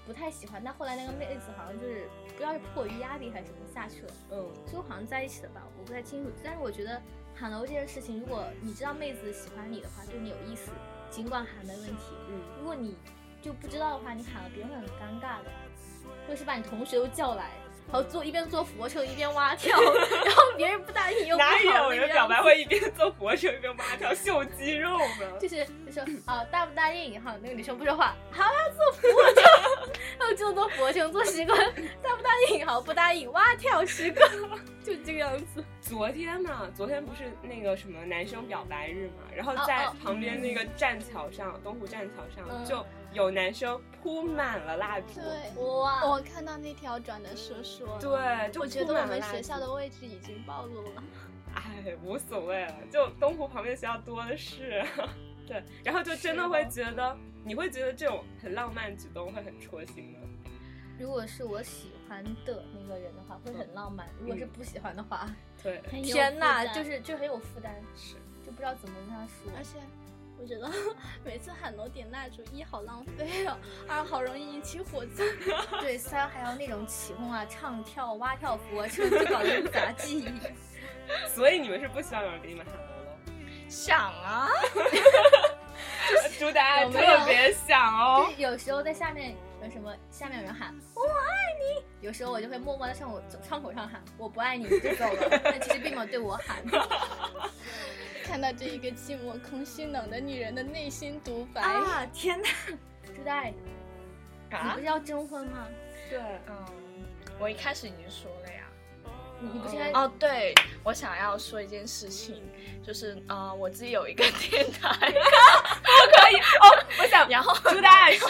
[SPEAKER 5] 不太喜欢，但后来那个妹子好像就是不知道是迫于压力还是什么下去了，
[SPEAKER 4] 嗯
[SPEAKER 5] 最后好像在一起了吧，我不太清楚。但是我觉得喊楼这件事情，如果你知道妹子喜欢你的话，对你有意思，尽管喊没问题。
[SPEAKER 4] 嗯
[SPEAKER 5] 如果你就不知道的话，你喊了别人会很尴尬的，或者是把你同学都叫来。然后做一边做俯卧撑一边 蛙跳，然后别人不答应你又不好
[SPEAKER 4] 哪有
[SPEAKER 5] 那
[SPEAKER 4] 人
[SPEAKER 5] 个
[SPEAKER 4] 表
[SPEAKER 5] 样
[SPEAKER 4] 白
[SPEAKER 5] 子
[SPEAKER 4] 会一边做俯卧撑一边蛙 跳秀肌肉呢？
[SPEAKER 5] 就是就说啊，答不答应？哈，那个女生不说话，好，要做俯卧撑， 要做做俯卧撑，做十个，答不答应？好，不答应，蛙跳十个， 就这个样子。
[SPEAKER 4] 昨天嘛，昨天不是那个什么男生表白日嘛，然后
[SPEAKER 5] 哦
[SPEAKER 4] 在
[SPEAKER 5] 哦
[SPEAKER 4] 旁边那个栈桥上，东湖栈桥上
[SPEAKER 5] 嗯
[SPEAKER 4] 就有男生铺满了蜡烛，
[SPEAKER 2] 对，
[SPEAKER 5] 哇，
[SPEAKER 2] 我看到那条转的说说，
[SPEAKER 4] 对，就
[SPEAKER 2] 我觉
[SPEAKER 4] 铺
[SPEAKER 2] 得
[SPEAKER 4] 满了
[SPEAKER 2] 我们
[SPEAKER 4] 蜡
[SPEAKER 2] 学
[SPEAKER 4] 烛
[SPEAKER 2] 校的位置已经暴露了。
[SPEAKER 4] 哎，无所谓了，就东湖旁边的学校多的是。 对，然后就真的会觉得，你会觉得这种很浪漫举动会很戳心吗？
[SPEAKER 5] 如果是我喜欢的那个人的话，会很浪漫；如果是不喜欢的 话，
[SPEAKER 4] 对，
[SPEAKER 5] 嗯
[SPEAKER 2] 很有
[SPEAKER 5] 天
[SPEAKER 2] 负
[SPEAKER 5] 呐，
[SPEAKER 2] 担
[SPEAKER 5] 就是哎就很有负担，
[SPEAKER 4] 是
[SPEAKER 5] 就不知道怎么跟他说。
[SPEAKER 2] 而且我觉得 每次喊楼点蜡烛，一好浪费哦，二好容易引起火灾。
[SPEAKER 5] 对，三还有那种起哄啊、唱跳、蛙跳、俯卧撑，就搞得复杂 记忆。
[SPEAKER 4] 所以你们是不希望有人给你们喊楼喽？
[SPEAKER 6] 想啊，
[SPEAKER 4] 朱达爱
[SPEAKER 5] 有没
[SPEAKER 4] 特
[SPEAKER 5] 有
[SPEAKER 4] 别想哦
[SPEAKER 5] 就，是有时候在下面有什么，下面有人喊“我爱你”，有时候我就会默默的上我窗口上喊“我不爱你”，你就走了。但其实并没有对我喊。
[SPEAKER 2] 看到这一个寂寞、空虚、冷的女人的内心独白，
[SPEAKER 5] 啊天哪！朱代，你
[SPEAKER 4] 啊
[SPEAKER 5] 不是，要征婚吗？
[SPEAKER 4] 对，
[SPEAKER 6] 嗯，我一开始已经说了呀。
[SPEAKER 5] 你你不是应该
[SPEAKER 6] 哦，对，我想要说一件事情，就是呃，我自己有一个电 台，
[SPEAKER 4] 可以哦。我想，
[SPEAKER 6] 然后
[SPEAKER 4] 朱达爱是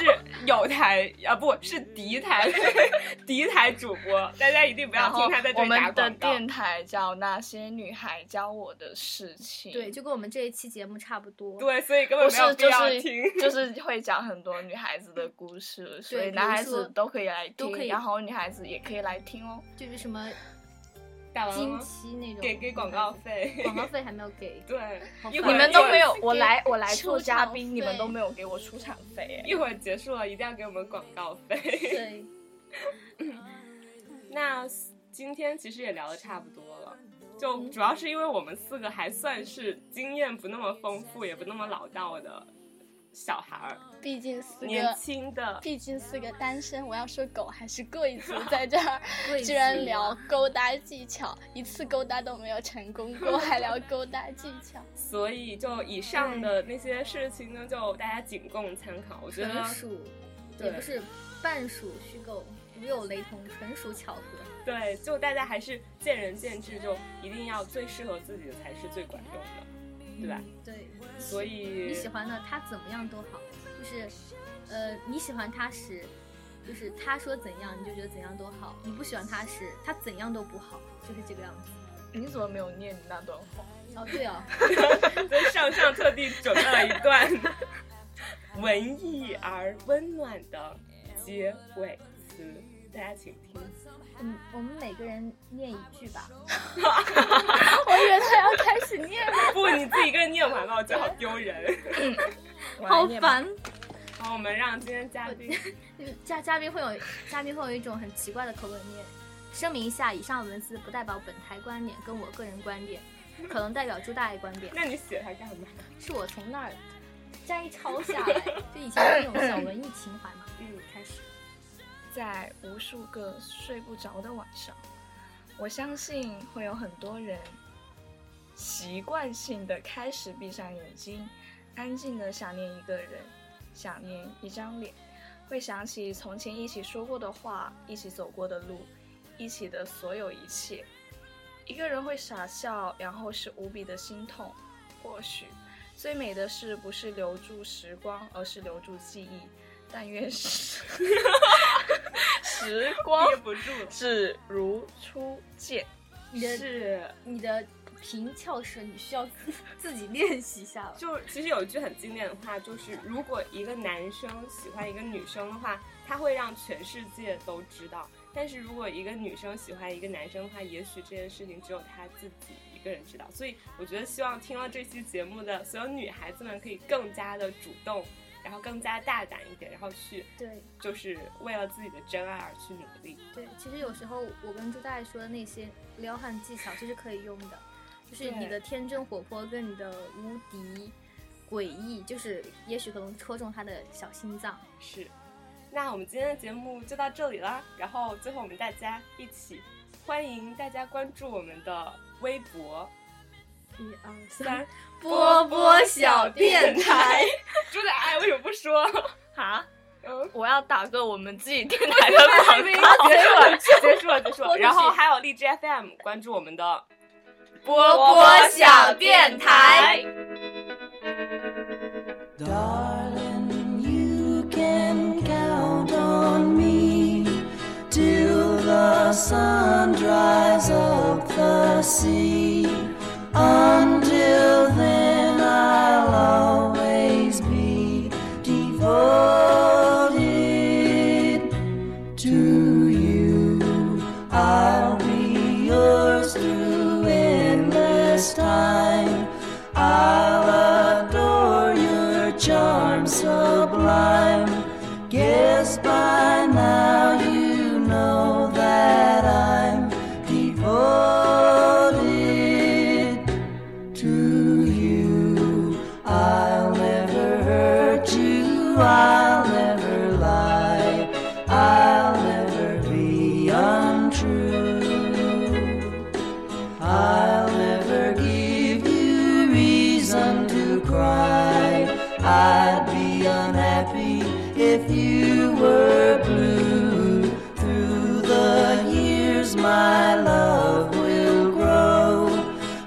[SPEAKER 4] 有台啊，不是敌台， 敌台主播，大家一定不要
[SPEAKER 6] 然后
[SPEAKER 4] 听他在这
[SPEAKER 6] 我
[SPEAKER 4] 里打
[SPEAKER 6] 们的
[SPEAKER 4] 广告。
[SPEAKER 6] 电台叫《那些女孩教我的事情》，
[SPEAKER 5] 对，，就跟我们这一期节目差不多。
[SPEAKER 4] 对，所以根
[SPEAKER 6] 不
[SPEAKER 4] 本没有
[SPEAKER 6] 是
[SPEAKER 4] 必
[SPEAKER 6] 就
[SPEAKER 4] 要
[SPEAKER 6] 是
[SPEAKER 4] 听。
[SPEAKER 6] 就是会讲很多女孩子的故事，所以
[SPEAKER 5] 比
[SPEAKER 6] 男
[SPEAKER 5] 如
[SPEAKER 6] 孩
[SPEAKER 5] 说
[SPEAKER 6] 子都可以来
[SPEAKER 5] 都可
[SPEAKER 6] 听，
[SPEAKER 5] 以
[SPEAKER 6] 然后女孩子也可以来听哦。
[SPEAKER 5] 就是什么
[SPEAKER 4] 打完了
[SPEAKER 5] 经
[SPEAKER 4] 吗？
[SPEAKER 5] 期那种。
[SPEAKER 4] 嗯给给广告。费。
[SPEAKER 5] 广告费还没有给。
[SPEAKER 4] 对，
[SPEAKER 5] 好
[SPEAKER 4] 一
[SPEAKER 5] 烦
[SPEAKER 4] 会
[SPEAKER 6] 你
[SPEAKER 4] 儿
[SPEAKER 6] 们都
[SPEAKER 4] 就
[SPEAKER 6] 没有，我
[SPEAKER 2] 给
[SPEAKER 6] 来我来
[SPEAKER 2] 出
[SPEAKER 6] 做嘉
[SPEAKER 2] 场
[SPEAKER 6] 宾，你们
[SPEAKER 2] 费
[SPEAKER 6] 都没有给我出场费，哎
[SPEAKER 4] 一会儿结束了，一定要给我们广告费。
[SPEAKER 5] 对，
[SPEAKER 4] 那今天其实也聊的差不多了，就主要是因为我们四个还算是经验不那么丰富，也不那么老道的小孩儿，
[SPEAKER 2] 毕竟四
[SPEAKER 4] 年
[SPEAKER 2] 个，
[SPEAKER 4] 轻的。
[SPEAKER 2] 毕竟四个单身，我要说狗还是贵 族在这儿，
[SPEAKER 5] 贵
[SPEAKER 2] 居然
[SPEAKER 5] 族
[SPEAKER 2] 聊勾搭技巧，一次勾搭都没有成功过，还聊勾搭技巧。
[SPEAKER 4] 所以就以上
[SPEAKER 5] 嗯
[SPEAKER 4] 的那些事情呢，就大家仅供参考。我觉得
[SPEAKER 5] 纯属，
[SPEAKER 4] 对啊
[SPEAKER 5] 也不是半属虚构，无有雷同，纯属巧合。
[SPEAKER 4] 对，就大家还是见仁见智，就一定要最适合自己的才是最管用的，对吧？
[SPEAKER 5] 嗯对。
[SPEAKER 4] 所以
[SPEAKER 5] 你喜欢的他怎么样都好，就是，呃，你喜欢他时，就是他说怎样你就觉得怎样都好；你不喜欢他时，他怎样都不好，就是这个样 子。
[SPEAKER 6] 你怎么没有念那段话？
[SPEAKER 5] 哦，对哦，
[SPEAKER 4] 所以上上特地准备了一段文艺而温暖的结尾词。大家请听。
[SPEAKER 5] 嗯，我们每个人念一句 吧。我以为他要开始念了，
[SPEAKER 4] 不，你自己一个人念完了，我觉得好丢人。
[SPEAKER 1] 好烦。
[SPEAKER 4] 好，我们让今天嘉宾，
[SPEAKER 5] 就是嘉嘉宾会有嘉宾会有一种很奇怪的口吻念。声明一下，以上文字不代表本台观点，跟我个人观点，可能代表朱大爱观点，
[SPEAKER 4] 那你写它干嘛？
[SPEAKER 5] 是我从那儿摘抄下来， 就以前那种小文艺情怀嘛。
[SPEAKER 4] 嗯，开始。
[SPEAKER 6] 在无数个睡不着的晚上，我相信会有很多人习惯性的开始闭上眼睛，安静的想念一个人，想念一张脸，会想起从前一起说过的话，一起走过的路，一起的所有一切。一个人会傻笑，然后是无比的心痛。或许最美的事不是留住时光，而是留住记忆。但愿是 时光
[SPEAKER 4] 憋不住了。
[SPEAKER 6] 只如初见。
[SPEAKER 5] 你的
[SPEAKER 4] 是，
[SPEAKER 5] 你的平翘舌，你需要自自己练习一下了。
[SPEAKER 4] 就其实有一句很经典的话，就是如果一个男生喜欢一个女生的话，他会让全世界都知道；但是如果一个女生喜欢一个男生的话，也许这件事情只有他自己一个人知道。所以我觉得，希望听到这期节目的所有女孩子们可以更加的主动，然后更加大胆一点，然后去
[SPEAKER 5] 对
[SPEAKER 4] 就是为了自己的真爱而去努力。
[SPEAKER 5] 对，其实有时候我跟朱大爱说的那些撩汉技巧，这是可以用的，就是你
[SPEAKER 4] 对
[SPEAKER 5] 的天真活泼跟你的无敌诡异，就是也许可能戳中他的小心脏。
[SPEAKER 4] 是，那我们今天的节目就到这里了。然后最后我们大家一起欢迎大家关注我们的微博
[SPEAKER 5] 一二
[SPEAKER 4] 三
[SPEAKER 1] 波波小电台，
[SPEAKER 4] 朱的爱为什么不说？
[SPEAKER 6] 啊！
[SPEAKER 4] 嗯，
[SPEAKER 6] 我要打个我们自己电台的 广告。
[SPEAKER 4] 结束了，结束了，结束了。然后还有荔枝 FM 关注我们的波
[SPEAKER 1] 波小电台。
[SPEAKER 8] Darling, you can count on me till the sun dries up the sea. Until then, I'll always be devoted to you. I'll be yours through endless time. I'll adore your charm sublime. Guess by now you know that I'm devoted to you. I'll never hurt you. I'll never lie. I'll never be untrue. I'll never give you reason to cry. I'd be unhappy if you were blue. Through the years, my love will grow.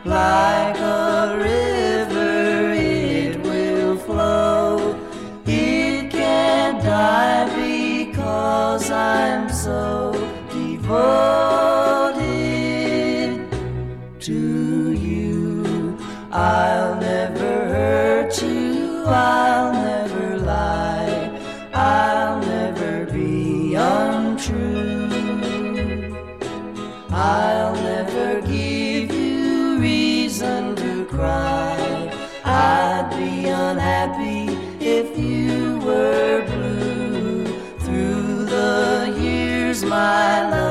[SPEAKER 8] Like a river, it will flow. It can't die because I'm so devoted to you. I'll never hurt you. I'll never lie. I'll never be untrue. I'll never give you reason to cry. I'd be unhappy if you were blue. Through the years, my love.